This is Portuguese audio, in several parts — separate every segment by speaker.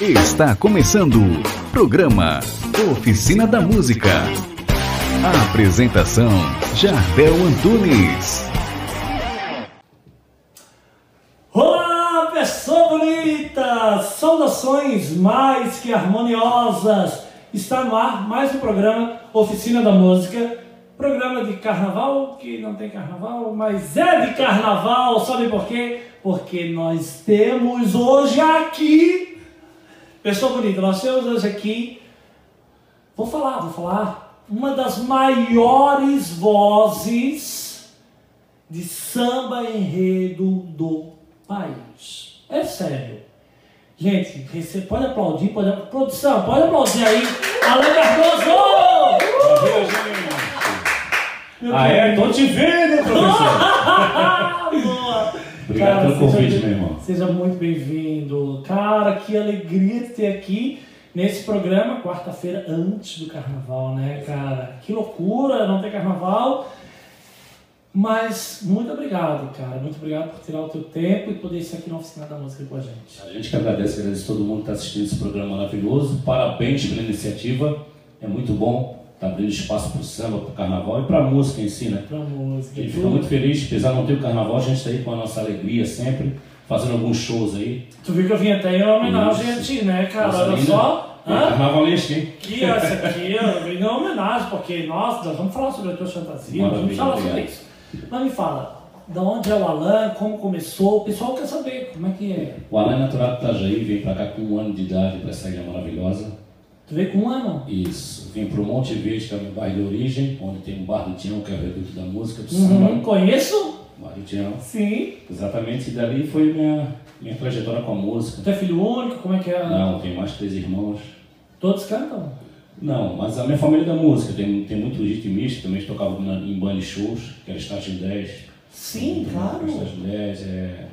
Speaker 1: Está começando o programa Oficina da Música. A apresentação Jardel Antunes.
Speaker 2: Olá, pessoa bonita! Saudações mais que harmoniosas! Está no ar mais um programa Oficina da Música, programa de carnaval, que não tem carnaval, mas é de carnaval, sabe por quê? Porque nós temos hoje aqui, pessoa bonita, nós temos hoje aqui, vou falar, vou falar, uma das maiores vozes de samba enredo do país. É sério. Gente, você pode aplaudir, pode aplaudir. Produção, pode aplaudir aí. Alain Cardoso! Meu
Speaker 3: Ah, é? Tô te vendo, professor.
Speaker 2: Ah, Boa.
Speaker 3: Obrigado
Speaker 2: Cara,
Speaker 3: pelo
Speaker 2: seja
Speaker 3: convite,
Speaker 2: bem-
Speaker 3: meu irmão.
Speaker 2: Seja muito bem-vindo. Cara, que alegria te ter aqui nesse programa, quarta-feira antes do carnaval, né, cara? Que loucura não ter carnaval. Mas muito obrigado, cara. Muito obrigado por tirar o teu tempo e poder estar aqui na oficina da música com a gente.
Speaker 3: A gente que agradece, agradece todo mundo que está assistindo esse programa maravilhoso. Parabéns pela iniciativa. É muito bom estar abrindo espaço para o samba, para o carnaval e para a música em si, né?
Speaker 2: Pra
Speaker 3: A
Speaker 2: música.
Speaker 3: gente fica muito feliz, apesar de não ter o carnaval, a gente está aí com a nossa alegria sempre, fazendo alguns shows aí.
Speaker 2: Tu viu que eu vim até em homenagem a ti, né, cara?
Speaker 3: Nossa,
Speaker 2: Olha
Speaker 3: linda.
Speaker 2: só.
Speaker 3: É
Speaker 2: Hã?
Speaker 3: carnavalesco, hein?
Speaker 2: aqui, essa aqui, eu vim dar uma é homenagem, porque, nossa, nós vamos falar sobre a tua fantasia, nós vamos
Speaker 3: Maravilha,
Speaker 2: falar sobre
Speaker 3: obrigado.
Speaker 2: isso. Mas me fala, da onde é o Alan, como começou, o pessoal quer saber como é que é.
Speaker 3: O Alain Natural de Itajaí veio para cá com um ano de idade, para essa ilha maravilhosa.
Speaker 2: Tu veio com um ano?
Speaker 3: Isso. Vim para o Monte Verde, que é o meu bairro de origem, onde tem um bar do Tião, que é o reduto da música, do
Speaker 2: Uhum.
Speaker 3: samba.
Speaker 2: Conheço?
Speaker 3: Bar do Tião.
Speaker 2: Sim.
Speaker 3: Exatamente, e dali foi minha, minha trajetória com a música.
Speaker 2: Tu é filho único, como é que é?
Speaker 3: Não, tenho mais três irmãos.
Speaker 2: Todos cantam?
Speaker 3: Não, mas a minha família é da música, tem, tem muito legitimista, também tocava na, em band shows, que era Estágio 10.
Speaker 2: Sim, claro.
Speaker 3: Estágio 10, é.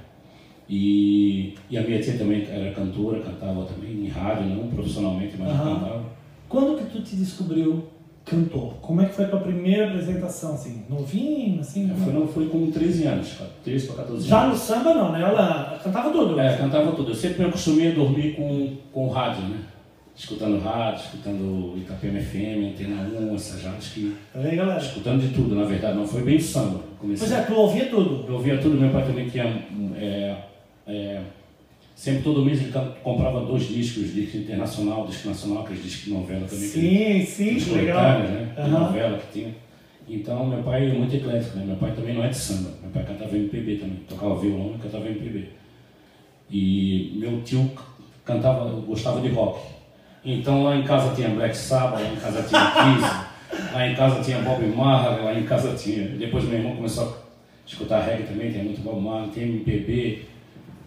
Speaker 3: E, e a minha tia também era cantora, cantava também em rádio, não profissionalmente, mas
Speaker 2: Aham.
Speaker 3: cantava.
Speaker 2: Quando que tu te descobriu cantor? Como é que foi a tua primeira apresentação, assim? Novinho, assim?
Speaker 3: Eu fui, É, não, fui com 13 anos, cara, 13 para 14 anos.
Speaker 2: Já no samba não, né? Ela cantava tudo.
Speaker 3: É, cantava tudo. Eu sempre me acostumei a dormir com, com rádio, né? Escutando rádio, escutando Itapema FM, Antena 1, essas rádios que...
Speaker 2: Tá vendo, galera?
Speaker 3: Escutando de tudo, na verdade. Não foi bem samba. Comecei.
Speaker 2: Pois é, tu ouvia tudo.
Speaker 3: Eu ouvia tudo. Meu pai também tinha... hum, é, é, sempre todo mês ele ca- comprava dois discos. Disco internacional, disco nacional, aqueles discos de novela também. que ele-
Speaker 2: Sim, sim,
Speaker 3: os
Speaker 2: que legal.
Speaker 3: coletáneos, né? De
Speaker 2: Aham.
Speaker 3: novela que tinha. Então, meu pai é muito eclético, né? Meu pai também não é de samba. Meu pai cantava MPB também. Tocava violão e cantava MPB. E meu tio c- cantava, gostava de rock. Então, lá em casa tinha Black Sabbath, lá em casa tinha Kiss, lá em casa tinha Bob Marley, lá em casa tinha... Depois meu irmão começou a escutar reggae também, tinha muito Bob Marley, tinha MPB,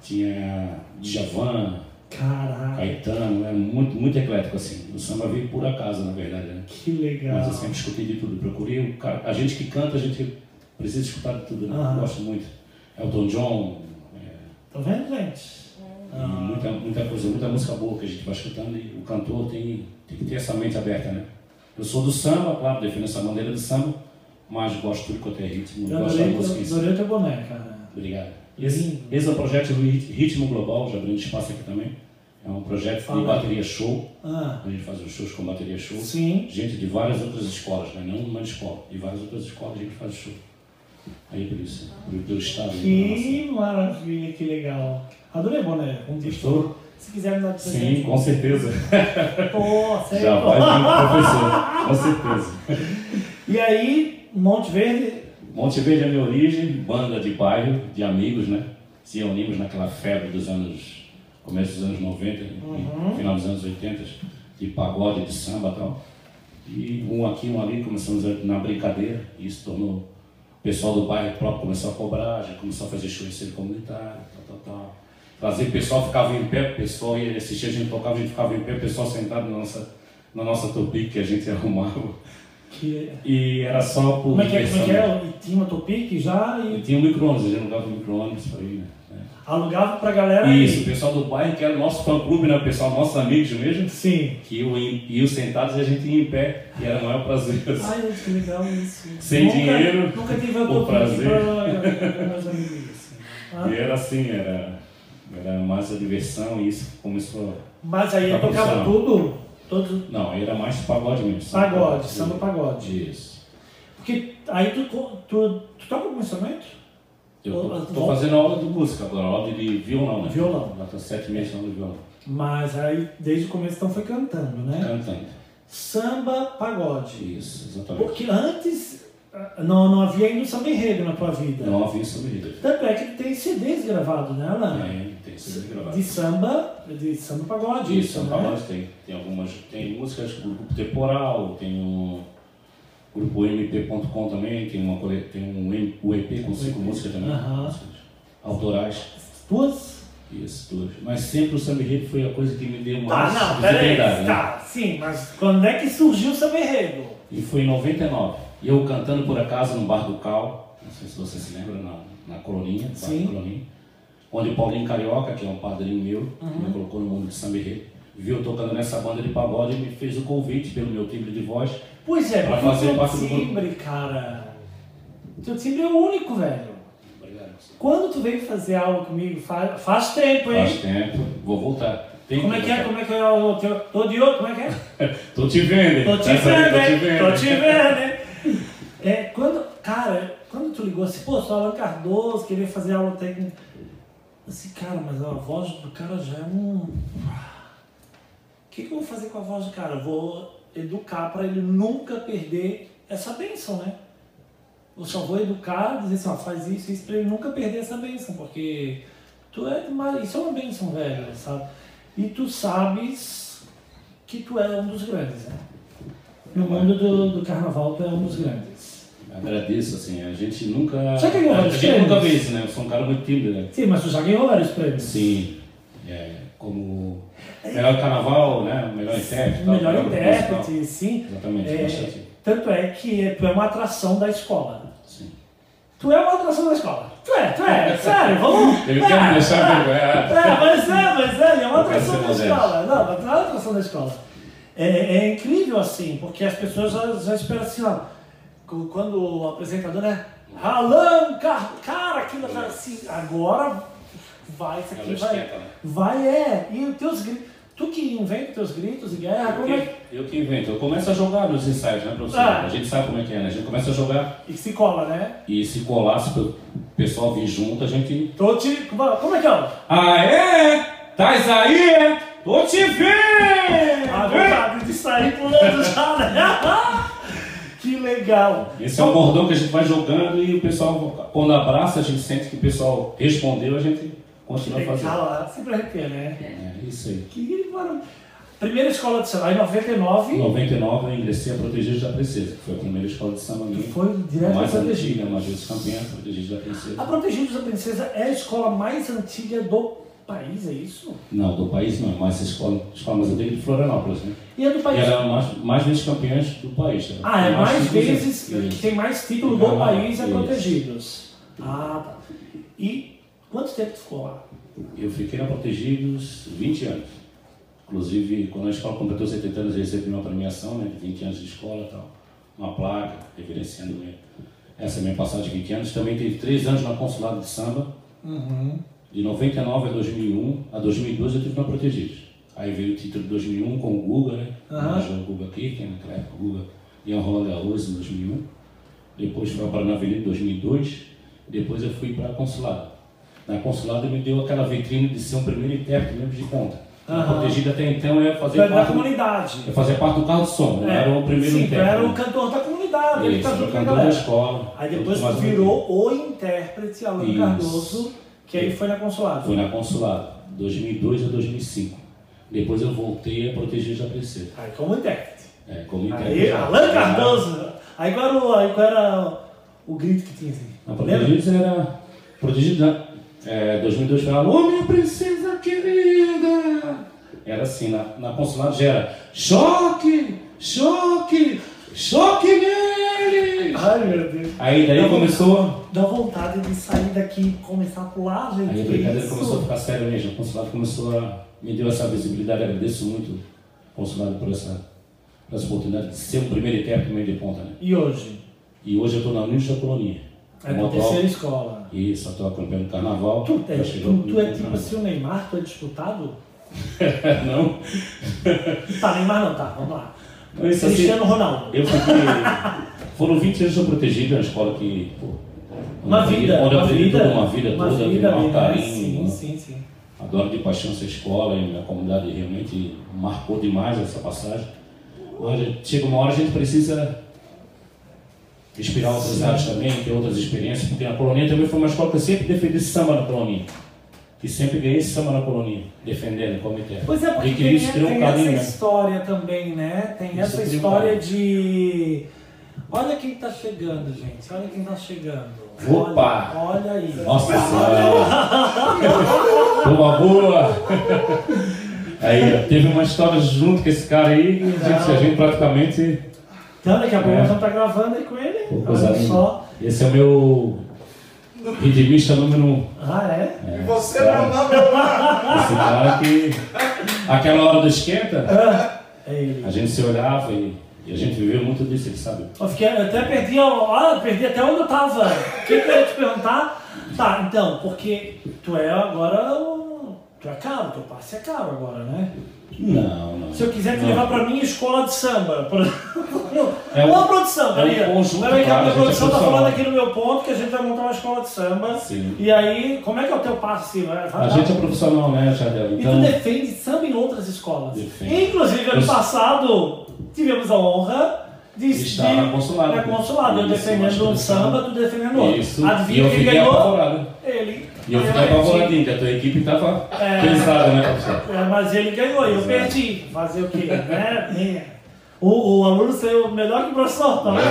Speaker 3: tinha Djavan,
Speaker 2: Caraca,
Speaker 3: Caetano, é muito, muito eclético assim. O samba veio por acaso, na verdade, né?
Speaker 2: que legal.
Speaker 3: Mas assim, eu sempre escutei de tudo. Procurei o cara. A gente que canta, a gente precisa escutar de tudo, né?
Speaker 2: Aham.
Speaker 3: Eu Gosto muito. Elton John, é,
Speaker 2: Tá vendo, gente? Ah.
Speaker 3: e muita, muita coisa, muita música boa que a gente vai escutando e o cantor tem, tem que ter essa mente aberta, né? Eu sou do samba, claro, defendo essa bandeira do samba, mas gosto de tudo quanto é ritmo,
Speaker 2: Eu
Speaker 3: gosto da
Speaker 2: adorei,
Speaker 3: música em
Speaker 2: teu-
Speaker 3: si.
Speaker 2: adorei teu boné, cara.
Speaker 3: Obrigado. Esse,
Speaker 2: Lindo.
Speaker 3: esse é o projeto Rit- Ritmo Global, já abrindo espaço aqui também. É um projeto
Speaker 2: Fala aí.
Speaker 3: de bateria show,
Speaker 2: Ah,
Speaker 3: a gente faz os shows com bateria show.
Speaker 2: sim.
Speaker 3: gente de várias outras escolas, né? não uma escola, de várias outras escolas a gente faz show. Aí é por isso, pelo, pelo estado. né?
Speaker 2: Que maravilha, que legal. Adorei o boné. Um
Speaker 3: Nossa.
Speaker 2: bicho.
Speaker 3: Gostou?
Speaker 2: Se quiser me dar de presente.
Speaker 3: Sim, com certeza.
Speaker 2: Pô, sério.
Speaker 3: Já vai vir professor, com certeza.
Speaker 2: E aí, Monte Verde.
Speaker 3: Monte Verde é minha origem, banda de bairro, de amigos, né? Se reunimos naquela febre dos anos, começo dos anos 90,
Speaker 2: Uhum.
Speaker 3: final dos anos 80, de pagode, de samba e tal. E um aqui, um ali, começamos a- na brincadeira, e isso tornou o pessoal do bairro próprio começou a cobrar, já começou a fazer show em centro comunitário, tal, tal, tal. Trazer o pessoal, ficava em pé, o pessoal ia assistir, a gente tocava, a gente ficava em pé, o pessoal sentado na nossa, na nossa topique que a gente arrumava.
Speaker 2: Que...
Speaker 3: E era só por
Speaker 2: Como é que é? Como é que
Speaker 3: diversão, né?
Speaker 2: é? E tinha uma topique já
Speaker 3: E
Speaker 2: e
Speaker 3: tinha um micro-ônibus, a gente alugava um micro-ônibus pra ir, né?
Speaker 2: alugava pra galera.
Speaker 3: É.
Speaker 2: aí.
Speaker 3: Isso, o pessoal do bairro, que era o nosso fã-clube, né? O pessoal, nossos amigos mesmo,
Speaker 2: Sim.
Speaker 3: que iam, em- iam sentados e a gente ia em pé, e era o maior prazer. assim.
Speaker 2: Ai, gente, que legal isso.
Speaker 3: Sem
Speaker 2: Nunca-
Speaker 3: dinheiro,
Speaker 2: Nunca tive
Speaker 3: o
Speaker 2: a topique
Speaker 3: prazer.
Speaker 2: pra meus amigos. assim. Ah,
Speaker 3: E era assim, era Era mais a diversão e isso começou.
Speaker 2: Ah, Mas aí eu
Speaker 3: Tá
Speaker 2: tocava
Speaker 3: pensando.
Speaker 2: tudo, todo
Speaker 3: Não, aí era mais pagode mesmo. samba
Speaker 2: pagode, samba pagode.
Speaker 3: Isso.
Speaker 2: Porque aí tu, co- tu, tu toca algum instrumento?
Speaker 3: Eu
Speaker 2: Ô,
Speaker 3: tô, tô
Speaker 2: bom.
Speaker 3: fazendo aula de música agora, aula de violão. Né?
Speaker 2: Violão.
Speaker 3: Já tô sete meses aula de violão.
Speaker 2: Mas aí desde o começo então foi cantando, né?
Speaker 3: Cantando.
Speaker 2: Samba, pagode.
Speaker 3: Isso, exatamente.
Speaker 2: Porque antes ah, não, não havia ainda o samba enredo na tua vida.
Speaker 3: Não havia sobre ele.
Speaker 2: Tanto é que tem CDs gravados, né, Alan?
Speaker 3: Aí tem sido gravado.
Speaker 2: De samba, de samba pagode.
Speaker 3: Isso, São
Speaker 2: né?
Speaker 3: Paulo tem, tem algumas, tem músicas do grupo Temporal, tem o grupo mp.com também, tem, uma, cole- tem um M- o EP com cinco músicas também,
Speaker 2: Uhum. Aham.
Speaker 3: músicas autorais,
Speaker 2: Duas?
Speaker 3: isso tudo. Mas sempre o Samba Enredo foi a coisa que me deu
Speaker 2: Tá,
Speaker 3: mais
Speaker 2: não, peraí.
Speaker 3: visibilidade, né?
Speaker 2: Tá, sim, mas quando é que surgiu o samba enredo?
Speaker 3: E foi em 99, e eu cantando por acaso no Bar do Cal, não sei se você se lembra, na, na Coloninha, Bar
Speaker 2: Sim.
Speaker 3: do Coloninha, onde o Paulinho Carioca, que é um padrinho meu,
Speaker 2: Uhum.
Speaker 3: que me colocou no mundo de Samba Enredo, viu eu tocando nessa banda de pagode e me fez o convite pelo meu timbre de voz,
Speaker 2: Pois é,
Speaker 3: Pra
Speaker 2: porque o
Speaker 3: fazer
Speaker 2: teu
Speaker 3: parte do
Speaker 2: timbre, cara. Teu timbre é único, velho. Quando tu veio fazer aula comigo, fa- faz, tempo, hein?
Speaker 3: Faz tempo, né, vou voltar. Tem
Speaker 2: Como é que é?
Speaker 3: voltar.
Speaker 2: Como é que é o teu. Tô de olho, como é que é?
Speaker 3: Tô te vendo, hein?
Speaker 2: Tô te
Speaker 3: Essa aí,
Speaker 2: vendo, hein?
Speaker 3: tô te vendo.
Speaker 2: Tô te vendo, hein? É, quando, cara, quando tu ligou assim, pô, sou Alan Cardoso, queria fazer aula técnica. Assim, cara, mas a voz do cara já é um. O que, que eu vou fazer com a voz do cara? Eu Vou educar pra ele nunca perder essa bênção, né? Eu só vou educar, dizer assim, ó, faz isso, isso pra ele nunca perder essa bênção, porque tu é uma, isso é uma bênção, velho, sabe? E tu sabes que tu é um dos grandes, né? No mundo do, do carnaval, tu é um dos grandes.
Speaker 3: Agradeço, assim, a gente nunca...
Speaker 2: Sabe o que eu
Speaker 3: a
Speaker 2: acho que
Speaker 3: gente
Speaker 2: é
Speaker 3: nunca
Speaker 2: isso?
Speaker 3: vê isso, né? Eu sou um cara muito tímido, né?
Speaker 2: Sim, mas tu já ganhou vários prêmios.
Speaker 3: Sim, é, como melhor carnaval, né? Melhor intérprete. tal,
Speaker 2: Melhor
Speaker 3: musical.
Speaker 2: intérprete, sim.
Speaker 3: Exatamente,
Speaker 2: É,
Speaker 3: bastante.
Speaker 2: tanto é que tu é uma atração da escola.
Speaker 3: Sim.
Speaker 2: Tu é uma atração da escola. Tu é, tu é, sério, vamos.
Speaker 3: Ele
Speaker 2: é,
Speaker 3: quer me deixar
Speaker 2: é.
Speaker 3: vergonhado.
Speaker 2: É, mas é, mas é, ele é uma
Speaker 3: Eu quero
Speaker 2: atração
Speaker 3: ser
Speaker 2: da
Speaker 3: modesto.
Speaker 2: escola. Não, mas não é uma atração da escola. É, é incrível assim, porque as pessoas já, já esperam assim, ó. co- Quando o apresentador é Alan, Car- cara, aquilo tá assim, agora vai, isso aqui
Speaker 3: Ela
Speaker 2: vai.
Speaker 3: esquenta, né?
Speaker 2: Vai, é. E os teus gritos. Tu que inventa os teus gritos e guerra, como é que.
Speaker 3: Eu que- Eu que invento, eu começo a jogar nos ensaios, né, professor?
Speaker 2: Ah.
Speaker 3: A gente sabe como é que é, né? A gente começa a jogar
Speaker 2: E se cola, né?
Speaker 3: e se colasse pro pessoal vir junto, a gente
Speaker 2: Tô Então te. Como é que é? ó?
Speaker 3: Aê! Tás aí, é? Tô te vendo!
Speaker 2: A vontade de sair pulando já, né? Que legal.
Speaker 3: Esse é o bordão que a gente vai jogando e o pessoal, quando abraça, a gente sente que o pessoal respondeu, a gente continua fazendo.
Speaker 2: Legal, sempre arrepia, né?
Speaker 3: É isso aí.
Speaker 2: Que maravilha. Primeira escola de samba, em 99,
Speaker 3: Em 99 eu ingressei a Protegidos da Princesa, que foi a primeira escola de samba minha.
Speaker 2: foi direto
Speaker 3: mais
Speaker 2: a Protegidos.
Speaker 3: antiga, né? mais vezes campeã, Protegidos da Princesa.
Speaker 2: A Protegidos da Princesa é a escola mais antiga do país, é isso?
Speaker 3: Não, do país não, mas a escola, a escola mais antiga de Florianópolis, né?
Speaker 2: E é do
Speaker 3: E
Speaker 2: país.
Speaker 3: ela é mais, mais vezes campeã do país. né?
Speaker 2: Ah, é
Speaker 3: Tem
Speaker 2: mais
Speaker 3: títulos, né?
Speaker 2: vezes que
Speaker 3: Isso.
Speaker 2: tem mais título
Speaker 3: Legal,
Speaker 2: do país é
Speaker 3: isso.
Speaker 2: Protegidos. Ah, tá. E quanto tempo tu ficou lá?
Speaker 3: Eu fiquei na Protegidos 20 anos. Inclusive, quando a escola completou 70 anos, eu recebi uma premiação né, de 20 anos de escola e tal. Uma placa, reverenciando mesmo. Essa é a minha passagem de 20 anos. Também tive 3 anos na Consulado de Samba. De 99 a 2001. A 2002 eu tive na Protegidos. Aí veio o título de 2001 com o Guga, né?
Speaker 2: Aham.
Speaker 3: Homenageou O Guga aqui, que naquela época o Guga e a Rolando Arroz em 2001. Depois fui para na Avenida em 2002. Depois eu fui para a Consulado. Na Consulado me deu aquela vitrine de ser um primeiro intérprete mesmo de conta.
Speaker 2: Aham.
Speaker 3: Protegido até então eu ia fazer
Speaker 2: Tu é da
Speaker 3: parte, do-
Speaker 2: comunidade.
Speaker 3: eu fazia parte do carro de som. Eu
Speaker 2: É,
Speaker 3: era o primeiro
Speaker 2: Sim, tu
Speaker 3: intérprete.
Speaker 2: era um o cantor da comunidade, ele
Speaker 3: Isso,
Speaker 2: tá
Speaker 3: era
Speaker 2: junto
Speaker 3: o
Speaker 2: com a
Speaker 3: cantor da
Speaker 2: galera.
Speaker 3: escola.
Speaker 2: Aí depois
Speaker 3: Tudo mais ou menos.
Speaker 2: virou o intérprete Alan
Speaker 3: Isso. É.
Speaker 2: Cardoso, que aí foi na consulado.
Speaker 3: Foi na Consulado, 2002 a 2005. Depois eu voltei a proteger já crescer.
Speaker 2: Aí como intérprete.
Speaker 3: É, como
Speaker 2: Aí
Speaker 3: intérprete.
Speaker 2: Alan Cardoso. Aí qual era o, aí qual era o grito que tinha assim?
Speaker 3: Na
Speaker 2: Lembra?
Speaker 3: Protegidos era. Protegidos, né? É, 2002 foi Ô minha princesa querida! Era assim, na, na Consulado já era. Choque! Choque! Choque nele!
Speaker 2: Ai meu Deus.
Speaker 3: Aí daí
Speaker 2: Não,
Speaker 3: começou.
Speaker 2: Dá vontade de sair daqui e começar a pular, gente.
Speaker 3: Aí a
Speaker 2: que
Speaker 3: brincadeira
Speaker 2: isso?
Speaker 3: começou a ficar séria mesmo. O consulado começou a. me deu essa visibilidade. Agradeço muito ao consulado por essa, um por essa oportunidade de ser o primeiro intérprete meio de ponta, né?
Speaker 2: E hoje?
Speaker 3: E hoje eu estou na Unidos da Colônia.
Speaker 2: É
Speaker 3: um
Speaker 2: da
Speaker 3: atual-
Speaker 2: terceira escola.
Speaker 3: Isso, atual campeão do carnaval.
Speaker 2: Tu, é,
Speaker 3: Já chegou né?
Speaker 2: tu, tu é
Speaker 3: no
Speaker 2: tipo
Speaker 3: carnaval.
Speaker 2: assim o Neymar, tu é disputado?
Speaker 3: É, Não.
Speaker 2: Tá, Neymar não, tá, vamos lá.
Speaker 3: Mas, assim,
Speaker 2: Cristiano Ronaldo.
Speaker 3: Eu fiquei. Foram 20 anos que eu protegido na escola que. Pô,
Speaker 2: Uma vida,
Speaker 3: Onde eu
Speaker 2: uma
Speaker 3: aprendi
Speaker 2: vida,
Speaker 3: tudo, uma vida toda, vida, um
Speaker 2: vida,
Speaker 3: carinho.
Speaker 2: sim,
Speaker 3: né?
Speaker 2: sim, sim.
Speaker 3: Adoro de paixão essa escola e minha comunidade realmente marcou demais essa passagem. Mas chega uma hora a gente precisa inspirar outras áreas também, ter outras experiências, porque na Colônia também foi uma escola que eu sempre defendi samba na Colônia. E sempre ganhei samba na Colônia, defendendo como é.
Speaker 2: Pois é, porque
Speaker 3: E que
Speaker 2: tem,
Speaker 3: isso criou um
Speaker 2: tem
Speaker 3: carinho,
Speaker 2: essa
Speaker 3: né?
Speaker 2: história também, né? Tem
Speaker 3: Isso
Speaker 2: essa
Speaker 3: cria um
Speaker 2: história
Speaker 3: carinho.
Speaker 2: de. Olha quem tá chegando, gente. Olha quem tá chegando.
Speaker 3: Opa!
Speaker 2: Olha, olha aí.
Speaker 3: Nossa Senhora! Uma boa! Aí, ó, teve uma história junto com esse cara aí, que a gente praticamente.
Speaker 2: Então daqui a pouco
Speaker 3: É.
Speaker 2: nós vamos estar gravando aí com ele.
Speaker 3: Pô, coisa
Speaker 2: Olha
Speaker 3: linda.
Speaker 2: só.
Speaker 3: Esse é o meu ridimista número um.
Speaker 2: Ah, é?
Speaker 3: É,
Speaker 4: E você
Speaker 3: esse cara,
Speaker 4: não manda
Speaker 3: Esse cara que. Aquela hora do esquenta,
Speaker 2: É ele.
Speaker 3: a gente se olhava e, e a gente viveu muito disso, ele sabe?
Speaker 2: Eu, fiquei, eu até perdi, a- ah, perdi até onde eu tava. O que, que eu ia te perguntar? Tá, então, porque tu é agora o. Tu é caro, teu passe é caro agora, né?
Speaker 3: Não, não.
Speaker 2: Se eu quiser te
Speaker 3: Não.
Speaker 2: levar pra minha escola de samba, por exemplo.
Speaker 3: É
Speaker 2: Ou a
Speaker 3: um-
Speaker 2: produção,
Speaker 3: é um
Speaker 2: peraí.
Speaker 3: conjunto,
Speaker 2: Peraí que a minha
Speaker 3: claro, a gente é
Speaker 2: produção tá
Speaker 3: profissional.
Speaker 2: falando aqui no meu ponto que a gente vai montar uma escola de samba.
Speaker 3: Sim.
Speaker 2: E aí, como é que é o teu passe? Vai, vai
Speaker 3: A
Speaker 2: dar-
Speaker 3: gente é profissional, né, Jardel?
Speaker 2: E
Speaker 3: Então,
Speaker 2: tu defende samba em outras escolas.
Speaker 3: Defendo.
Speaker 2: Inclusive, ano
Speaker 3: Eu-
Speaker 2: passado, tivemos a honra de
Speaker 3: De estar na Consulado.
Speaker 2: na Consulado. Eu
Speaker 3: Isso,
Speaker 2: defendendo um
Speaker 3: mas-
Speaker 2: samba, tu defendendo outro.
Speaker 3: isso. E
Speaker 2: Adivinha
Speaker 3: eu
Speaker 2: quem
Speaker 3: fiquei
Speaker 2: ganhou?
Speaker 3: apavorado.
Speaker 2: Ele.
Speaker 3: E eu fiquei
Speaker 2: Realmente.
Speaker 3: apavoradinho, que a tua equipe tava
Speaker 2: É.
Speaker 3: pesada, né, professor?
Speaker 2: É, mas ele ganhou e eu
Speaker 3: é.
Speaker 2: perdi. Fazer o quê? né? É. O, o aluno saiu melhor que o professor. Tá
Speaker 3: É.
Speaker 2: vendo?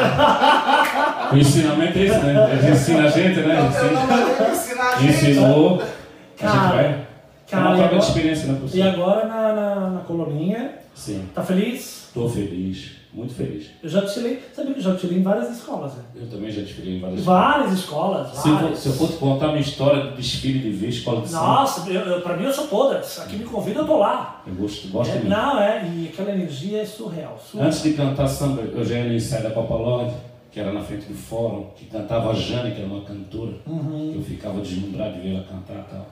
Speaker 3: O ensinamento é isso, né? Ele ensina a gente, né?
Speaker 4: Eu não
Speaker 3: Ensina-
Speaker 4: manda ensinar a gente.
Speaker 3: Ensinou, a gente
Speaker 2: Cara,
Speaker 3: vai. É
Speaker 2: cara,
Speaker 3: uma
Speaker 2: e
Speaker 3: troca
Speaker 2: agora-
Speaker 3: de experiência, né,
Speaker 2: E
Speaker 3: professor?
Speaker 2: agora na, na, na coluninha,
Speaker 3: Sim.
Speaker 2: tá feliz?
Speaker 3: Tô feliz, muito feliz.
Speaker 2: Eu já desfilei. Sabia que eu já desfilei em várias escolas, né?
Speaker 3: Eu também já desfilei em várias
Speaker 2: Várias escolas,
Speaker 3: é. Se eu, for-
Speaker 2: várias.
Speaker 3: se eu for te contar minha história de desfile de vez, escola de samba,
Speaker 2: Nossa, eu, eu, pra mim eu sou todas. Aqui me convida, eu tô lá.
Speaker 3: eu gosto, gosto
Speaker 2: É,
Speaker 3: muito.
Speaker 2: não, é, e aquela energia é surreal. surreal.
Speaker 3: Antes de cantar samba, eu já ia no ensaio da Papa Lodge, que era na frente do fórum, que cantava a Jane, que era uma cantora, que eu ficava deslumbrado de ver ela cantar e tal.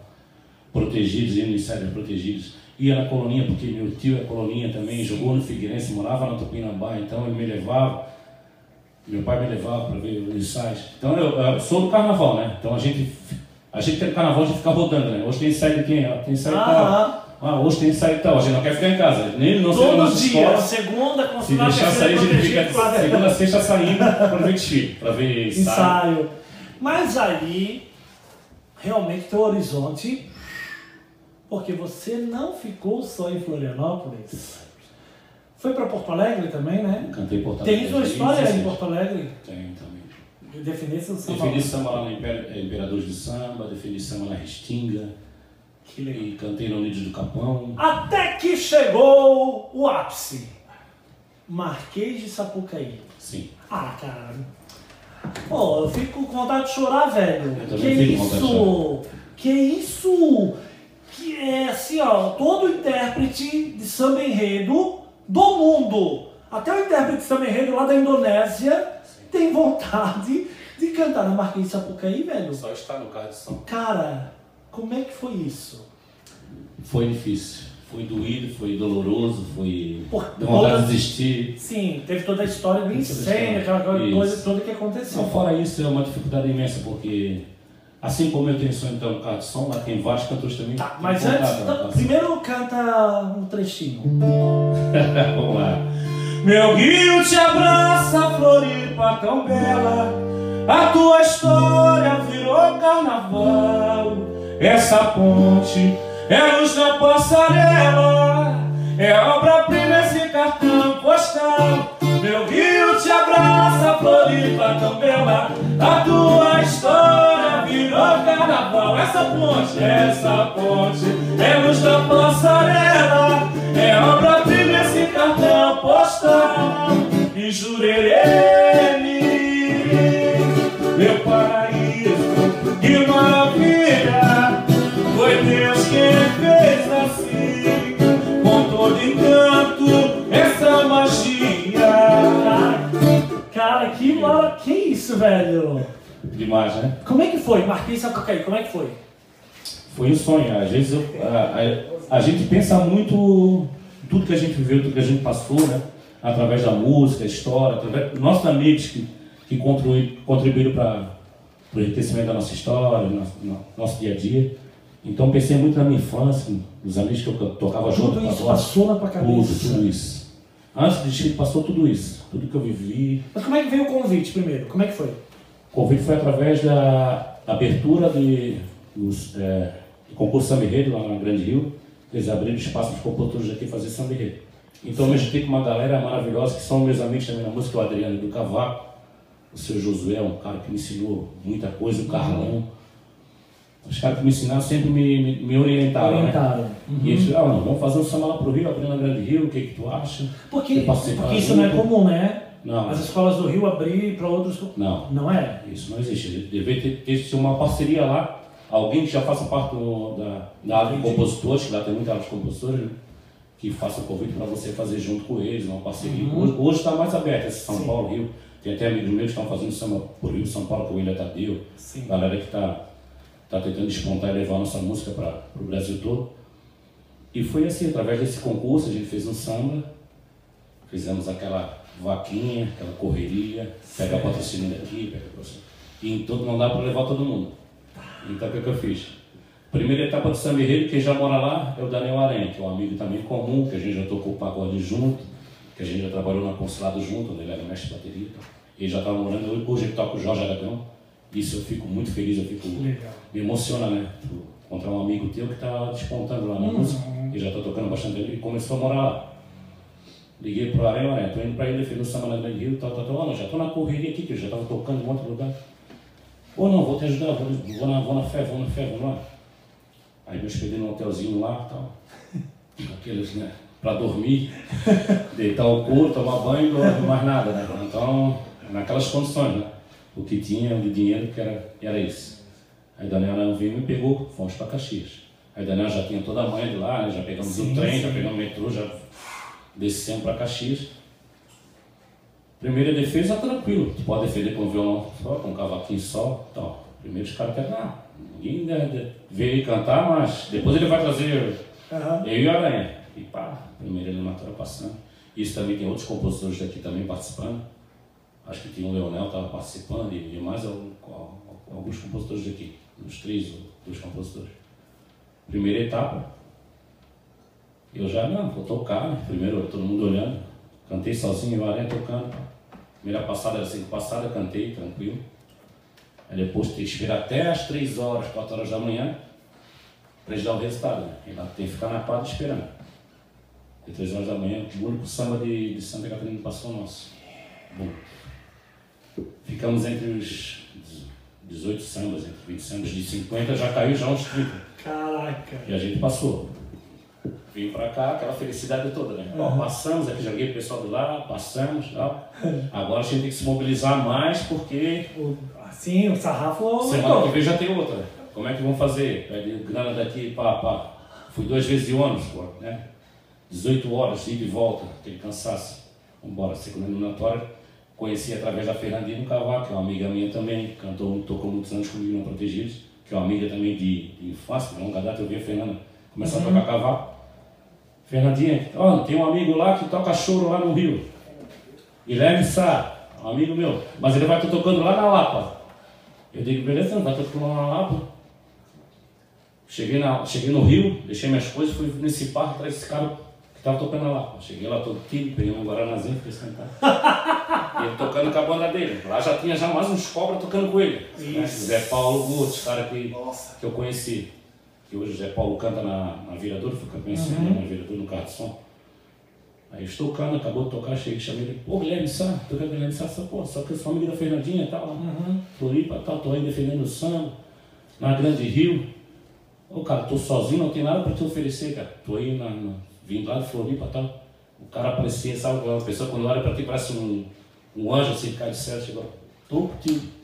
Speaker 3: Protegidos, ia no ensaio dos protegidos. Ia na colonia, porque meu tio é colonia também, jogou no Figueirense, morava na Tupinambá, então ele me levava, meu pai me levava para ver os ensaios. Então eu, eu sou do carnaval, né? Então a gente, a gente tem um carnaval, a gente fica rodando, né? Hoje tem ensaio de quem? Ah, Tem ensaio de
Speaker 2: Aham.
Speaker 3: tal. Ah, hoje tem ensaio de tal, a gente não quer ficar em casa, nem não sei na
Speaker 2: Todo
Speaker 3: nossa
Speaker 2: dia,
Speaker 3: escola.
Speaker 2: segunda,
Speaker 3: Se
Speaker 2: consulado,
Speaker 3: deixar sair, a gente
Speaker 2: protegido,
Speaker 3: fica
Speaker 2: quarta-
Speaker 3: segunda, sexta saindo pra ver desfile, pra ver ensaio.
Speaker 2: ensaio. Mas aí, realmente teu horizonte, porque você não ficou só em Florianópolis. Foi para Porto Alegre também, né?
Speaker 3: Cantei Porto Alegre.
Speaker 2: Tem sua história em
Speaker 3: 2016.
Speaker 2: Porto Alegre,
Speaker 3: Tem também.
Speaker 2: de definição do samba.
Speaker 3: Defini samba lá na Imper- eh, Imperadores do Samba, defini samba na Restinga,
Speaker 2: Que legal.
Speaker 3: e cantei no Unidos do Capão.
Speaker 2: Até que chegou o ápice. Marquês de Sapucaí.
Speaker 3: Sim.
Speaker 2: Ah, cara. Pô, eu fico com vontade de chorar, velho. que
Speaker 3: Eu também fico com
Speaker 2: isso? Que isso? Que é assim, ó, todo intérprete de samba enredo do mundo, até o intérprete de samba enredo lá da Indonésia, tem vontade de cantar na Marquês de Sapucaí, velho.
Speaker 3: Só está no carro de São
Speaker 2: Cara, como é que foi isso?
Speaker 3: Foi difícil. Foi doído, foi doloroso, foi.
Speaker 2: Por-
Speaker 3: Deu vontade
Speaker 2: todas-
Speaker 3: de desistir.
Speaker 2: Sim, teve toda a história do
Speaker 3: Toda a
Speaker 2: incêndio,
Speaker 3: história.
Speaker 2: aquela coisa
Speaker 3: Isso.
Speaker 2: toda que aconteceu.
Speaker 3: Não, fora isso, é uma dificuldade imensa, porque assim como eu tenho sonho de ter um carro de som, lá tem vários cantores também.
Speaker 2: Tá,
Speaker 3: que
Speaker 2: mas
Speaker 3: têm
Speaker 2: antes,
Speaker 3: vontade de
Speaker 2: então,
Speaker 3: cantar.
Speaker 2: primeiro canta um trechinho.
Speaker 3: Vamos lá. Meu rio te abraça, Floripa tão um bela. A tua história virou carnaval. Essa ponte é luz na passarela. É obra-prima esse cartão postal. Meu rio te abraça, Floripa tão um bela. A tua história virou carnaval. Essa ponte, essa ponte é luz na passarela. É obra-prima esse cartão postal e jurerê meu paraíso de maravilha foi Deus quem fez assim com todo encanto essa magia
Speaker 2: Cara, cara, que mara... Que isso, velho?
Speaker 3: Demais, né?
Speaker 2: Como é que foi? Marquei Sapucaí, como é que foi?
Speaker 3: Foi um sonho. Às vezes eu- a, a- a gente pensa muito tudo que a gente viveu, tudo que a gente passou, né? Através da música, a história, através nossos amigos que, que contribui- contribuíram para o enriquecimento da nossa história, nosso, no- nosso dia a dia. Então pensei muito na minha infância, nos amigos que eu to- tocava junto.
Speaker 2: Tudo isso
Speaker 3: cantava.
Speaker 2: passou na tua
Speaker 3: Tudo,
Speaker 2: cabeça.
Speaker 3: tudo isso. Antes de Chile passou tudo isso. Tudo que eu vivi,
Speaker 2: Mas como é que veio o convite primeiro? Como é que foi?
Speaker 3: O convite foi através da abertura de, dos, é, do concurso Samirredo lá na Grande Rio. Eles abriram espaço para os compositores daqui fazer Samirredo. Então eu me juntei com uma galera maravilhosa que são meus amigos também na música, o Adriano do Cavaco, o seu Josué, um cara que me ensinou muita coisa, o Carlão. Os caras que me ensinaram sempre me, me, me orientaram, né?
Speaker 2: Orientaram.
Speaker 3: E eles falaram, ah, não, vamos fazer um samba lá pro Rio, abrir na Grande Rio, o que que tu acha?
Speaker 2: Porque,
Speaker 3: Eu passei
Speaker 2: porque
Speaker 3: pra
Speaker 2: isso não é
Speaker 3: junto.
Speaker 2: comum, né?
Speaker 3: Não.
Speaker 2: As escolas do Rio abrir para outros.
Speaker 3: Não.
Speaker 2: Não é?
Speaker 3: Isso não existe. Deve ter, ter sido uma parceria lá. Alguém que já faça parte do- da, da área de compositores, que lá tem muita área de compositores, né? que faça o convite para você fazer junto com eles, uma parceria. Hoje está mais aberta esse São
Speaker 2: Uhum. Sim.
Speaker 3: Paulo, Rio. Tem até amigos meus que estão fazendo samba por Rio, São Paulo, com o William Tadeu.
Speaker 2: Sim.
Speaker 3: Galera que está tá tentando despontar e levar a nossa música para o Brasil todo. E foi assim, através desse concurso, a gente fez um samba, fizemos aquela vaquinha, aquela correria, pega patrocínio daqui, pega patrocínio. E em todo não dá para levar todo mundo. Então o que, que eu fiz? Primeira etapa do Samba Enredo, quem já mora lá é o Daniel Aranha, que é um amigo também comum, que a gente já tocou o pagode junto, que a gente já trabalhou na consulado junto, onde ele era mestre de bateria. Ele já estava morando hoje, hoje ele toca com o Jorge Aragão. Isso eu fico muito feliz, eu fico
Speaker 2: Legal.
Speaker 3: me emociona, né? Tu encontrar um amigo teu que tá despontando lá na música, que já tá tocando bastante ali, e começou a morar lá. Liguei pro Arena, né? Tô indo pra ele, fiz o samba na Grande Rio, tal, tal, tal. Ah, não, já tô na correria aqui, que eu já tava tocando em um outro lugar. Ou não, vou te ajudar, vou, vou na, vou na fé, vou na fé, vou lá. Aí me hospedei num hotelzinho lá e tal. Aqueles, né? Pra dormir, deitar o couro, tomar banho, não mais nada, né? Então, naquelas condições, né? O que tinha de dinheiro que era, era isso. Aí Daniel não veio e me pegou, fomos pra Caxias. Aí Daniel já tinha toda a manhã de lá, né? já pegamos
Speaker 2: Sim,
Speaker 3: o trem,
Speaker 2: sim.
Speaker 3: já pegamos o metrô, já descemos pra Caxias. Primeira defesa, tranquilo. Tu pode defender com um violão só, com um cavaquinho só. Então, primeiro os caras querem, ah, ninguém deve- vê ele cantar, mas depois ele vai trazer
Speaker 2: Aham.
Speaker 3: eu e o Aranha. E pá, primeiro ele matou passando. Isso também tem outros compositores daqui também participando. Acho que tinha o Leonel que estava participando e e mais al- al- alguns compositores daqui. Uns três ou dois compositores. Primeira etapa. Eu já, não, vou tocar, né? Primeiro todo mundo olhando. Cantei sozinho, o Aranha tocando. Primeira passada, assim, passada, cantei, tranquilo. Aí depois tem que esperar até as três horas, quatro horas da manhã, para eles darem o resultado. Né? E lá tem que ficar na parte esperando. E três horas da manhã, o único samba de, de Santa Catarina que passou é nosso. Bom, ficamos entre os 18 sambas, entre 20 sambas, de 50 já caiu já uns 30.
Speaker 2: Caraca.
Speaker 3: E a gente passou. Vim pra cá, aquela felicidade toda, né? Ó, passamos, aqui joguei o pessoal do lá, passamos e tal. Agora a gente tem que se mobilizar mais porque
Speaker 2: O- assim, o sarrafo
Speaker 3: Semana que
Speaker 2: aumentou.
Speaker 3: vem já tem outra. Como é que vão fazer? Pede grana daqui, pá, pá. Fui duas vezes de ônibus, pô, né? 18 horas, ida e volta, aquele cansaço. Vambora, segunda eliminatória. Conheci através da Fernandina Cavaco, que é uma amiga minha também, cantou, muito, tocou muitos anos comigo na Protegidos, que é uma amiga também de, de infância, de longa data. Eu vi a Fernanda começar a tocar cavaco. Fernandinha, ó, tem um amigo lá que toca choro lá no Rio. Guilherme Sá, um amigo meu, mas ele vai estar tocando lá na Lapa. Eu digo, beleza, não vai estar tocando lá na Lapa. Cheguei, na, cheguei no Rio, deixei minhas coisas, fui nesse parque atrás desse cara que estava tocando na Lapa. Cheguei lá todo tímido, peguei um guaranazinho, fiquei sentado. E ele tocando com a banda dele. Lá já tinha já mais uns cobras tocando com ele. Né?
Speaker 2: Isso.
Speaker 3: Zé Paulo Guto, os caras que,
Speaker 2: Nossa.
Speaker 3: que eu conheci. Que hoje o Zé Paulo canta na, na Viradouro, foi campeão esse ano na Viradouro, no carro de som. Aí eu estou tocando, acabou de tocar, cheguei, chamei ele, pô, Guilherme Sá, tô com o Guilherme Sá, só, pô, só que eu sou amigo da Fernandinha e tal, uhum. Floripa e tal, tô aí defendendo o samba, na Grande Rio. Ô, cara, tô sozinho, não tem nada pra te oferecer, cara. Tô aí, na, na, vim lá de Floripa e tal. O cara parecia, sabe, uma pessoa quando olha pra ti parece um, um anjo, assim, cara de céu, chegou, tô contigo.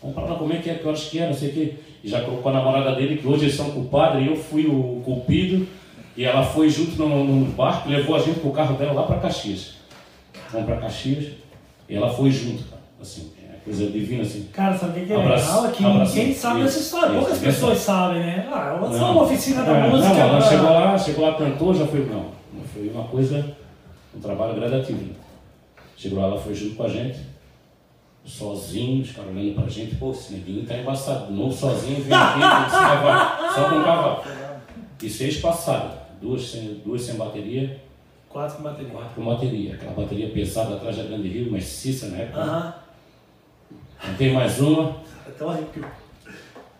Speaker 3: Vamos falar como é que é, que horas que é, não sei o quê. E já colocou a namorada dele, que hoje eles são culpados, e eu fui o culpido. E ela foi junto no, no barco, levou a gente com o carro dela lá para Caxias. Vamos para Caxias, e ela foi junto, cara. Assim, é, coisa divina assim.
Speaker 2: Cara, sabe o que é
Speaker 3: Abraço-
Speaker 2: legal? É que
Speaker 3: abraço-
Speaker 2: ninguém sabe
Speaker 3: isso,
Speaker 2: dessa história.
Speaker 3: isso,
Speaker 2: Poucas
Speaker 3: isso.
Speaker 2: pessoas sabem, né? Ah, é só
Speaker 3: Não.
Speaker 2: uma oficina da
Speaker 3: É,
Speaker 2: música.
Speaker 3: Não, ela
Speaker 2: pra-
Speaker 3: chegou lá, chegou lá, cantou, já foi. Não, não foi uma coisa, um trabalho gradativo. né? Chegou lá, ela foi junto com a gente, sozinho, os caras olhando pra gente, pô, esse neguinho tá embaçado, de novo sozinho, vem aqui, tem que se cavar, só com um cavalo. E seis passaram, duas sem, duas sem bateria,
Speaker 2: Quatro com bateria.
Speaker 3: quatro com bateria, aquela bateria pesada atrás da Grande Rio, mas Cissa na época.
Speaker 2: Aham.
Speaker 3: Cantei mais uma,
Speaker 2: Até um arrepio.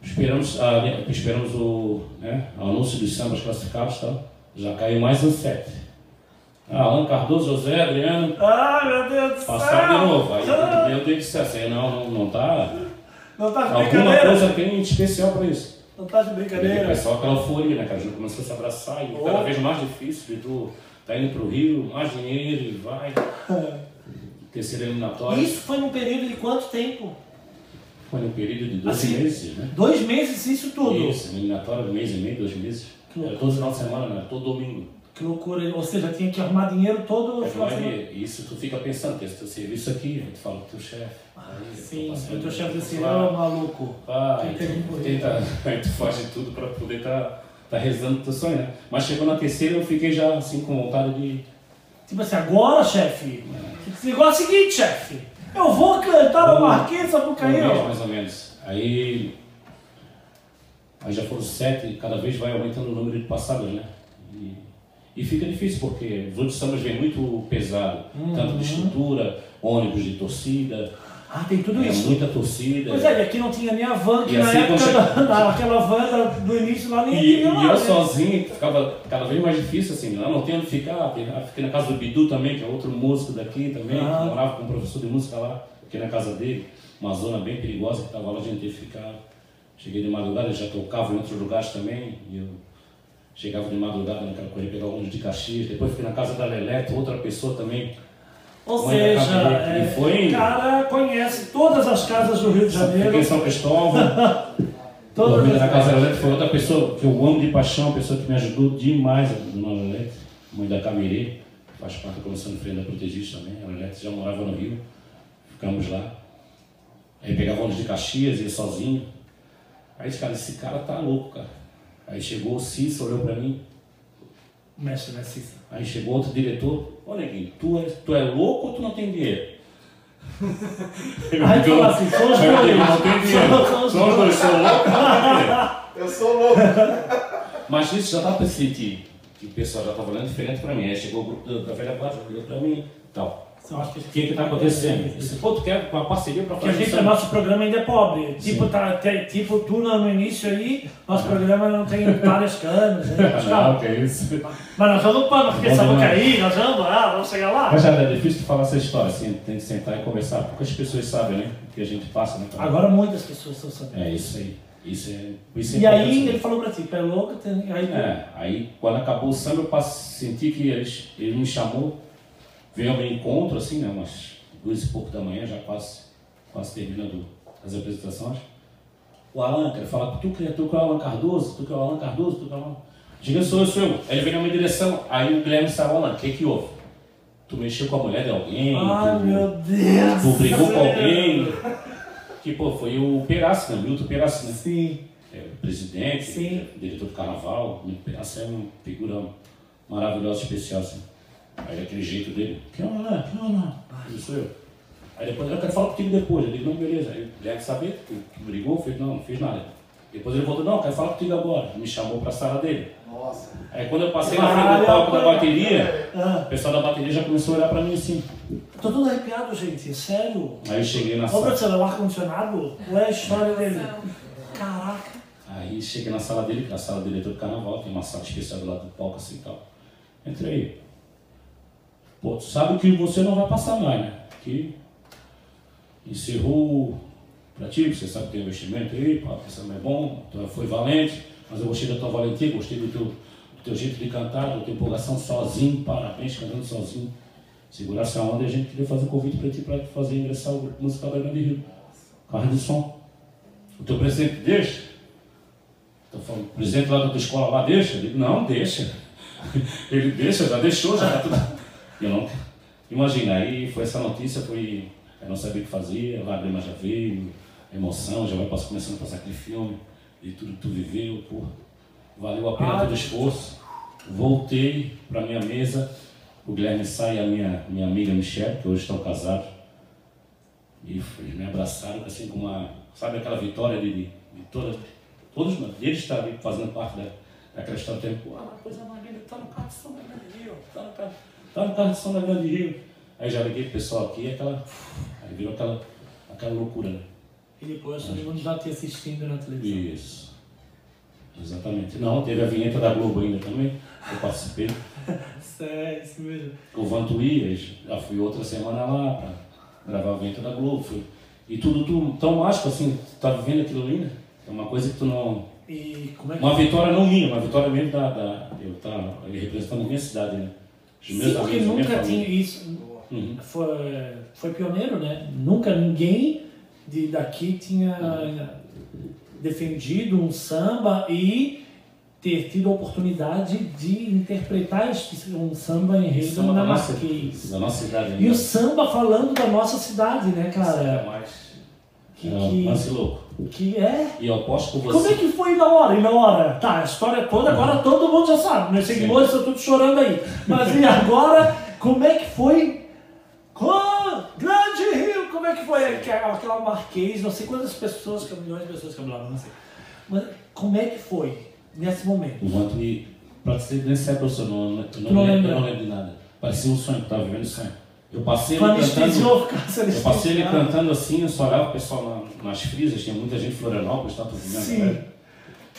Speaker 3: Esperamos, a, esperamos o, né, o anúncio dos sambas classificados, tá? já caiu mais um set. Ah, Alan Cardoso, José, Adriano,
Speaker 2: Ai, Ah, meu Deus do céu!
Speaker 3: passaram de novo. Aí
Speaker 2: Ah,
Speaker 3: eu dei dissesse, aí não, assim, não, não tá.
Speaker 2: Não tá de
Speaker 3: Alguma
Speaker 2: brincadeira?
Speaker 3: coisa tem especial pra isso.
Speaker 2: Não tá de
Speaker 3: Aí O
Speaker 2: brincadeira?
Speaker 3: pessoal aquela euforia, né, cara? A gente começou a se abraçar e
Speaker 2: Oh.
Speaker 3: cada vez mais difícil de tu tá indo pro Rio, mais dinheiro e vai. Terceira eliminatória.
Speaker 2: Isso foi num período de quanto tempo?
Speaker 3: Foi um período de dois
Speaker 2: Assim,
Speaker 3: meses, né?
Speaker 2: Dois meses, isso tudo.
Speaker 3: Isso, eliminatória de mês e meio, dois meses.
Speaker 2: Que
Speaker 3: Era
Speaker 2: loucura.
Speaker 3: todo final de semana, né? Todo domingo.
Speaker 2: Que loucura. Ou seja, tinha que arrumar dinheiro todo.
Speaker 3: É,
Speaker 2: final de
Speaker 3: mas
Speaker 2: semana.
Speaker 3: isso tu fica pensando, tem esse teu serviço aqui, aí tu fala pro teu chefe. aí tu
Speaker 2: Ah, Sim,
Speaker 3: passa-
Speaker 2: eu tô chefe desse
Speaker 3: um lá,
Speaker 2: ano, maluco.
Speaker 3: pá,
Speaker 2: Quem
Speaker 3: aí
Speaker 2: tem
Speaker 3: tu
Speaker 2: que um
Speaker 3: tenta- aí tu faz de tudo pra poder tá, tá rezando o teu sonho, né? Mas chegou na terceira eu fiquei já assim com vontade de.
Speaker 2: Tipo assim, agora, chefe. Esse negócio é o seguinte, chefe. Eu vou cantar o Marquês Sapucaí,
Speaker 3: um mês,
Speaker 2: ó.
Speaker 3: mais ou menos. Aí. Aí já foram sete e cada vez vai aumentando o número de passadas, né? E, e fica difícil, porque os outros sambas vêm muito pesado, tanto
Speaker 2: Uhum.
Speaker 3: de estrutura, ônibus de torcida,
Speaker 2: Ah, tem tudo
Speaker 3: é,
Speaker 2: isso.
Speaker 3: muita torcida.
Speaker 2: Pois é, e aqui não tinha nem a van, que
Speaker 3: E
Speaker 2: na
Speaker 3: assim
Speaker 2: época,
Speaker 3: você-
Speaker 2: da, naquela van da- do início lá nem
Speaker 3: E, e
Speaker 2: tinha lá,
Speaker 3: eu
Speaker 2: né?
Speaker 3: sozinho ficava cada vez mais difícil, assim, lá não tinha onde ficar. Eu Fiquei na casa do Bidu também, que é outro músico daqui também,
Speaker 2: Ah.
Speaker 3: que morava com um professor de música lá, fiquei na casa dele, uma zona bem perigosa que estava lá, a gente teve que ficar. Cheguei de madrugada, ele já tocava em outros lugares também, e eu chegava de madrugada naquela corrida, pegava ônibus de Caxias, depois fui na casa da Leleto, outra pessoa também.
Speaker 2: Ou
Speaker 3: Mãe da
Speaker 2: seja,
Speaker 3: Cabrita,
Speaker 2: é,
Speaker 3: e foi-
Speaker 2: o cara conhece todas as casas do Rio de Janeiro.
Speaker 3: Fiquei em São Cristóvão.
Speaker 2: Todas
Speaker 3: Dormida
Speaker 2: as
Speaker 3: na Casa
Speaker 2: casas.
Speaker 3: Lelete foi outra pessoa que eu amo de paixão, uma pessoa que me ajudou demais, a dona Lelete, mãe da Camirê, que faz parte da Comissão de Freio da Protegista também. A Lelete já morava no Rio, ficamos lá. Aí pegava ônibus de Caxias, ia sozinho. Aí esse cara, esse cara tá louco, cara. Aí chegou o Cício, olhou pra mim.
Speaker 2: Mestre, né, Cícero?
Speaker 3: Aí chegou outro diretor. Ô, Neguinho, tu é, tu é louco ou tu não tem dinheiro? Eu
Speaker 2: Aí
Speaker 3: digo,
Speaker 2: fala assim, são os
Speaker 3: "Eu digo,
Speaker 2: dois.
Speaker 3: Não tem
Speaker 2: São
Speaker 3: dinheiro.
Speaker 2: os
Speaker 3: São os dois, são loucos ou não tem dinheiro?
Speaker 4: Eu sou louco.
Speaker 3: Mas isso já dá pra sentir que o pessoal já estava olhando diferente pra mim. Aí chegou o grupo da, da velha guarda, olhou pra mim e tal.
Speaker 2: São as que-
Speaker 3: O que que tá acontecendo? Esse pô, tu quer uma parceria pra
Speaker 2: Porque a
Speaker 3: fazer
Speaker 2: gente,
Speaker 3: isso?
Speaker 2: nosso programa ainda é pobre. Tipo, tá, tem- tipo tu no no início aí, nosso programa não tem várias câmeras, né? Mas,
Speaker 3: Ah, Não,
Speaker 2: calma.
Speaker 3: que é isso.
Speaker 2: Mas nós vamos para porque
Speaker 3: Bom
Speaker 2: essa boca
Speaker 3: demais.
Speaker 2: aí, nós vamos lá, vamos chegar lá.
Speaker 3: Mas já é difícil de falar essa história, assim, tem que sentar e conversar. Poucas pessoas sabem, né? O que a gente passa, né? cara?
Speaker 2: Agora muitas pessoas estão sabendo.
Speaker 3: É isso aí. Isso é. Isso é
Speaker 2: E aí ele
Speaker 3: importante.
Speaker 2: falou pra ti, tu é louco, tem- aí tu-
Speaker 3: É, aí quando acabou o samba, eu passei, senti que eles, ele me chamou, veio ao meu encontro, assim, né, umas duas e pouco da manhã, já quase, quase terminando as apresentações. O Alan, quero falar com tu, que é tu que é o Alan Cardoso, tu que é o Alan Cardoso, tu que é o Alan. Diga, sou eu, sou eu. Aí ele veio na minha direção, aí o Guilherme saiu, Alan, o que que houve? Tu mexeu com a mulher de alguém?
Speaker 2: Ai,
Speaker 3: tu,
Speaker 2: meu Deus!
Speaker 3: tu brigou com
Speaker 2: do céu.
Speaker 3: alguém? Que, pô, foi o Perassi, né, o Milton Perassi, né?
Speaker 2: Sim.
Speaker 3: é, o presidente,
Speaker 2: Sim.
Speaker 3: o diretor do carnaval, né? essa é uma figura maravilhosa, especial, assim. Aí aquele jeito dele, que não, não, que não, não, eu sou eu. Aí depois, eu quero falar contigo depois, eu digo, não, beleza, aí o Jack sabia, que que brigou, fez, não, não fiz nada. Depois ele voltou, não, quero falar contigo agora, me chamou pra sala dele.
Speaker 4: Nossa.
Speaker 3: Aí quando eu passei na frente do palco da bateria,
Speaker 2: Ah,
Speaker 3: o pessoal da bateria já começou a olhar pra mim assim.
Speaker 2: tô todo arrepiado, gente, é sério.
Speaker 3: Aí eu cheguei na
Speaker 2: Ô,
Speaker 3: sala.
Speaker 2: professor, é o ar-condicionado? Ou é a história dele? Caraca.
Speaker 3: Aí cheguei na sala dele, que é a sala do diretor do carnaval, tem uma sala especial do lado do palco assim e tal. Entrei. Pô, tu sabe que você não vai passar mais, né? Que encerrou pra ti, você sabe que tem investimento aí, pá, o samba é bom, tu foi valente, mas eu gostei da tua valentia, gostei do teu, do teu jeito de cantar, da tua empolgação sozinho, parabéns, cantando sozinho. Segurar essa onda e a gente queria fazer um convite pra ti pra tu fazer ingressar o grupo musical da Grande Rio. Carro de som. O teu presente deixa? Estou falando, o presidente lá da tua escola lá deixa? Eu digo, não, deixa. Ele deixa, já deixou, já está tudo. Eu não. Imagina, aí foi essa notícia, foi Eu não sabia o que fazer, a lágrima já veio, a emoção já vai passar, começando a passar aquele filme, de tudo que tu viveu, porra. Valeu a pena
Speaker 2: Ah.
Speaker 3: todo o esforço. Voltei para minha mesa, o Guilherme sai e a minha, minha amiga Michelle, que hoje tá estão casados. E f- eles me abraçaram assim com uma. Sabe aquela vitória de, de, de toda- todos nós. E eles estavam fazendo parte da, daquela história do tempo. Ah, coisa maneira, tá no carro de São da Grande Rio. Tá no carro, tá no carro de São da Grande Rio. Aí já liguei pro pessoal aqui e aquela. Aí virou aquela, aquela loucura, né?
Speaker 2: E depois todo mundo já te assistindo na televisão.
Speaker 3: Isso. Exatamente. Não, teve a vinheta da Globo ainda também. Eu participei.
Speaker 2: Isso é isso mesmo.
Speaker 3: O Vantuías, já fui outra semana lá pra gravar o vento da Globo. Fui. E tudo, tudo tão mágico assim, tu tá vivendo aquilo ali, né? É uma coisa que tu não.
Speaker 2: E como é que.
Speaker 3: Uma vitória não minha, uma vitória mesmo da. da eu tá representando a minha cidade, né? Os meus
Speaker 2: Sim, porque
Speaker 3: amigos, a minha
Speaker 2: nunca tinha
Speaker 3: família.
Speaker 2: isso.
Speaker 3: Uhum.
Speaker 2: Foi, foi pioneiro, né? Nunca ninguém de, daqui tinha
Speaker 3: Uhum.
Speaker 2: defendido um samba e ter tido a oportunidade de interpretar este- um samba em
Speaker 3: Isso é
Speaker 2: rede
Speaker 3: uma da
Speaker 2: na
Speaker 3: nossa,
Speaker 2: Marquês.
Speaker 3: da nossa cidade,
Speaker 2: E
Speaker 3: né?
Speaker 2: o samba falando da nossa cidade, né,
Speaker 3: é
Speaker 2: cara?
Speaker 3: mais.
Speaker 2: Que,
Speaker 3: é um lance
Speaker 2: que,
Speaker 3: louco.
Speaker 2: que é.
Speaker 3: E eu aposto com
Speaker 2: Como é
Speaker 3: você.
Speaker 2: que foi na hora? E na hora? Tá, a história toda,
Speaker 3: Uhum.
Speaker 2: agora todo mundo já sabe. né? Meus seguidores estão todos chorando aí. Mas e agora, como é que foi? Com Grande Rio, como é que foi? Que- Aquela marquês, não sei quantas pessoas, que- milhões de pessoas que hablavam, não sei. Mas como é que foi nesse momento?
Speaker 3: O Vantuí, pra você nem saber, professor, não, não,
Speaker 2: Tu não
Speaker 3: lembro-
Speaker 2: lembra?
Speaker 3: eu não lembro de nada. Parecia um sonho, tava vivendo um sonho. Eu passei
Speaker 2: Tu
Speaker 3: ele cantando.
Speaker 2: anestesiou, ficar se
Speaker 3: Eu passei ele
Speaker 2: anestesiando.
Speaker 3: cantando assim, eu só olhava o pessoal na- nas frisas, tinha muita gente em Florianópolis, tá tudo
Speaker 2: Sim.
Speaker 3: vendo?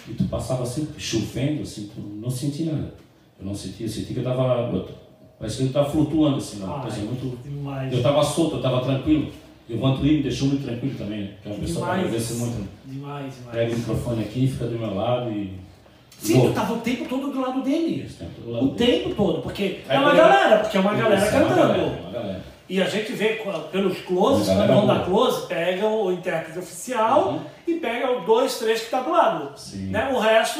Speaker 3: E tu passava assim, chovendo, assim, tu não sentia nada. Eu não sentia, eu sentia que eu tava. Eu, parece que eu tava flutuando, assim, uma
Speaker 2: Ai,
Speaker 3: coisa muito.
Speaker 2: demais.
Speaker 3: Eu tava solto, eu tava tranquilo. E o Vantuí me deixou muito tranquilo também, né? Que é uma pessoa que agradece muito.
Speaker 2: Demais, demais.
Speaker 3: Pega o microfone aqui, fica do meu lado e.
Speaker 2: Sim, tu tava o tempo todo do lado dele.
Speaker 3: Esse tempo, do lado
Speaker 2: O
Speaker 3: dele.
Speaker 2: tempo todo, porque é
Speaker 3: Aí
Speaker 2: uma
Speaker 3: quando-
Speaker 2: galera, porque é uma galera
Speaker 3: Isso, é uma galera, é
Speaker 2: cantando.
Speaker 3: uma galera.
Speaker 2: E a gente vê com- pelos closes,
Speaker 3: Uma galera
Speaker 2: cada um da
Speaker 3: boa.
Speaker 2: close pega o intérprete oficial
Speaker 3: Uhum.
Speaker 2: e pega o dois, três que tá do lado.
Speaker 3: Sim.
Speaker 2: Né? O resto,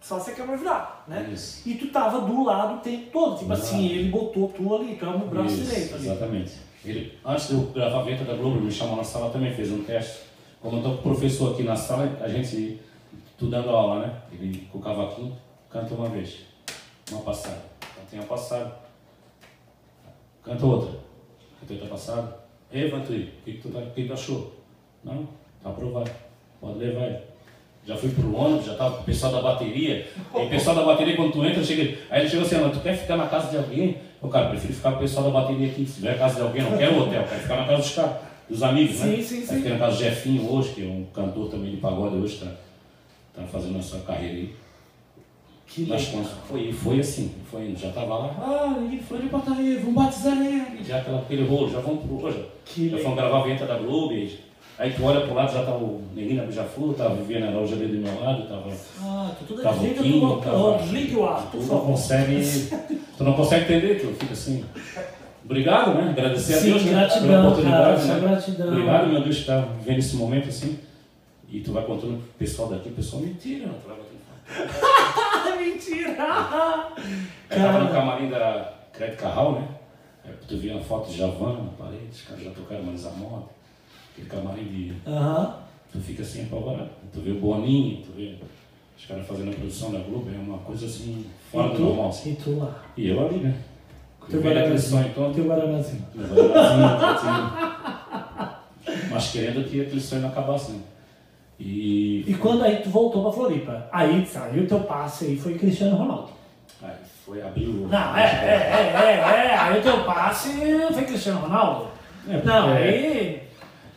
Speaker 2: só você quer virar, né?
Speaker 3: Isso.
Speaker 2: E tu tava do lado o tempo todo, tipo
Speaker 3: Do
Speaker 2: assim,
Speaker 3: lado.
Speaker 2: ele botou tu ali, tu era no braço
Speaker 3: Isso,
Speaker 2: direito ali.
Speaker 3: Exatamente. Ele, antes de eu gravar a vinheta da Globo, ele me chamou na sala também, fez um teste. Como eu tô com o professor aqui na sala, a gente, tu dando aula, né? Ele com o cavaquinho, canta uma vez. Uma passada. Então tem a passada. Canta outra. Canta outra passada. Ei, Vantuí, o que, que, tu, tá- o que que tu achou? Não? Tá aprovado. Pode levar ele. Já fui pro ônibus, já tava com o pessoal da bateria. E o pessoal da bateria, quando tu entra, chega. Aí ele chegou assim, "Alan, tu quer ficar na casa de alguém? Eu, cara, prefiro ficar com o pessoal da bateria aqui. Se tiver na casa de alguém, não quero hotel, quero ficar na casa dos caras, dos amigos, né?
Speaker 2: Sim, sim,
Speaker 3: Aí
Speaker 2: sim.
Speaker 3: fiquei na casa do Jefinho hoje, que é um cantor também de pagode hoje, tá, tá fazendo a sua carreira aí.
Speaker 2: Que
Speaker 3: Mas
Speaker 2: legal.
Speaker 3: quando foi, foi assim, foi indo, já tava lá, ah, ninguém foi de Pataí, vamos batizar ele. Já aquela, aquele rolo, já vamos pro hoje.
Speaker 2: Que
Speaker 3: já fomos gravar a vinheta da Globo, e- aí tu olha pro lado, já tá o Neguinho da Beija-Flor, tava vivendo a loja ali do meu lado, tava...
Speaker 2: Ah, tu toda
Speaker 3: tava
Speaker 2: desliga,
Speaker 3: Quinho,
Speaker 2: tu
Speaker 3: tava-
Speaker 2: desliga o ar,
Speaker 3: Tu
Speaker 2: por
Speaker 3: não
Speaker 2: favor.
Speaker 3: consegue, tu não consegue entender, tu fica assim... Obrigado, né? Agradecer
Speaker 2: Sim,
Speaker 3: a Deus né,
Speaker 2: gratidão,
Speaker 3: pela oportunidade,
Speaker 2: cara,
Speaker 3: né?
Speaker 2: gratidão.
Speaker 3: Obrigado, meu Deus, que tá vivendo esse momento assim. E tu vai contando pro pessoal daqui, o pessoal, mentira, tu vai contando.
Speaker 2: Ah, mentira!
Speaker 3: Tá Eu tava no
Speaker 2: Cara,
Speaker 3: camarim da Crédito Carral, né? Aí tu via uma foto de Javan na parede, os caras já tocaram Marisa Moda. Aquele camarim de.
Speaker 2: aham.
Speaker 3: Tu fica assim apavorado. Tu vê o Boninho, tu vê os caras fazendo a produção da Globo, é uma coisa assim, fora
Speaker 2: E
Speaker 3: do
Speaker 2: tu-
Speaker 3: normal. Assim.
Speaker 2: E tu lá.
Speaker 3: E eu ali, né?
Speaker 2: Teu
Speaker 3: Eu vejo aquele
Speaker 2: guaranazinho.
Speaker 3: sonho todo,
Speaker 2: Teu guaranazinho.
Speaker 3: eu vou lá, assim, assim. Mas querendo que aquele sonho não acabasse, né? E.
Speaker 2: E quando aí tu voltou pra Floripa? Aí saiu teu passe aí foi Cristiano Ronaldo.
Speaker 3: Aí foi abrir o.
Speaker 2: Não, é, é, é, é, é. Aí teu passe foi Cristiano Ronaldo.
Speaker 3: É,
Speaker 2: Não,
Speaker 3: porque-
Speaker 2: aí.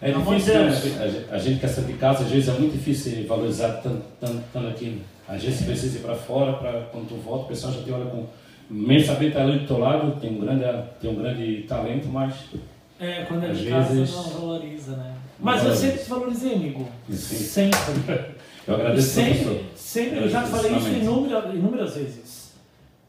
Speaker 3: É
Speaker 2: Pelo amor de
Speaker 3: difícil, né?
Speaker 2: Deus.
Speaker 3: A gente- A gente que é de casa, às vezes é muito difícil ser valorizado tanto, tanto, tanto aqui. né? Às vezes você precisa ir para fora, pra, quando tu volta, o pessoal já te olha com. Mesmo sabendo que tá ali do teu lado, tem um grande, tem um grande talento, mas.
Speaker 2: É, quando é
Speaker 3: Às
Speaker 2: de casa
Speaker 3: vezes-
Speaker 2: não valoriza, né? Mas eu
Speaker 3: valoriza.
Speaker 2: sempre te valorizei, amigo.
Speaker 3: Sim.
Speaker 2: Sempre.
Speaker 3: Eu agradeço a
Speaker 2: Sempre,
Speaker 3: professor.
Speaker 2: sempre. Eu já te falei isso inúmeras, inúmeras vezes.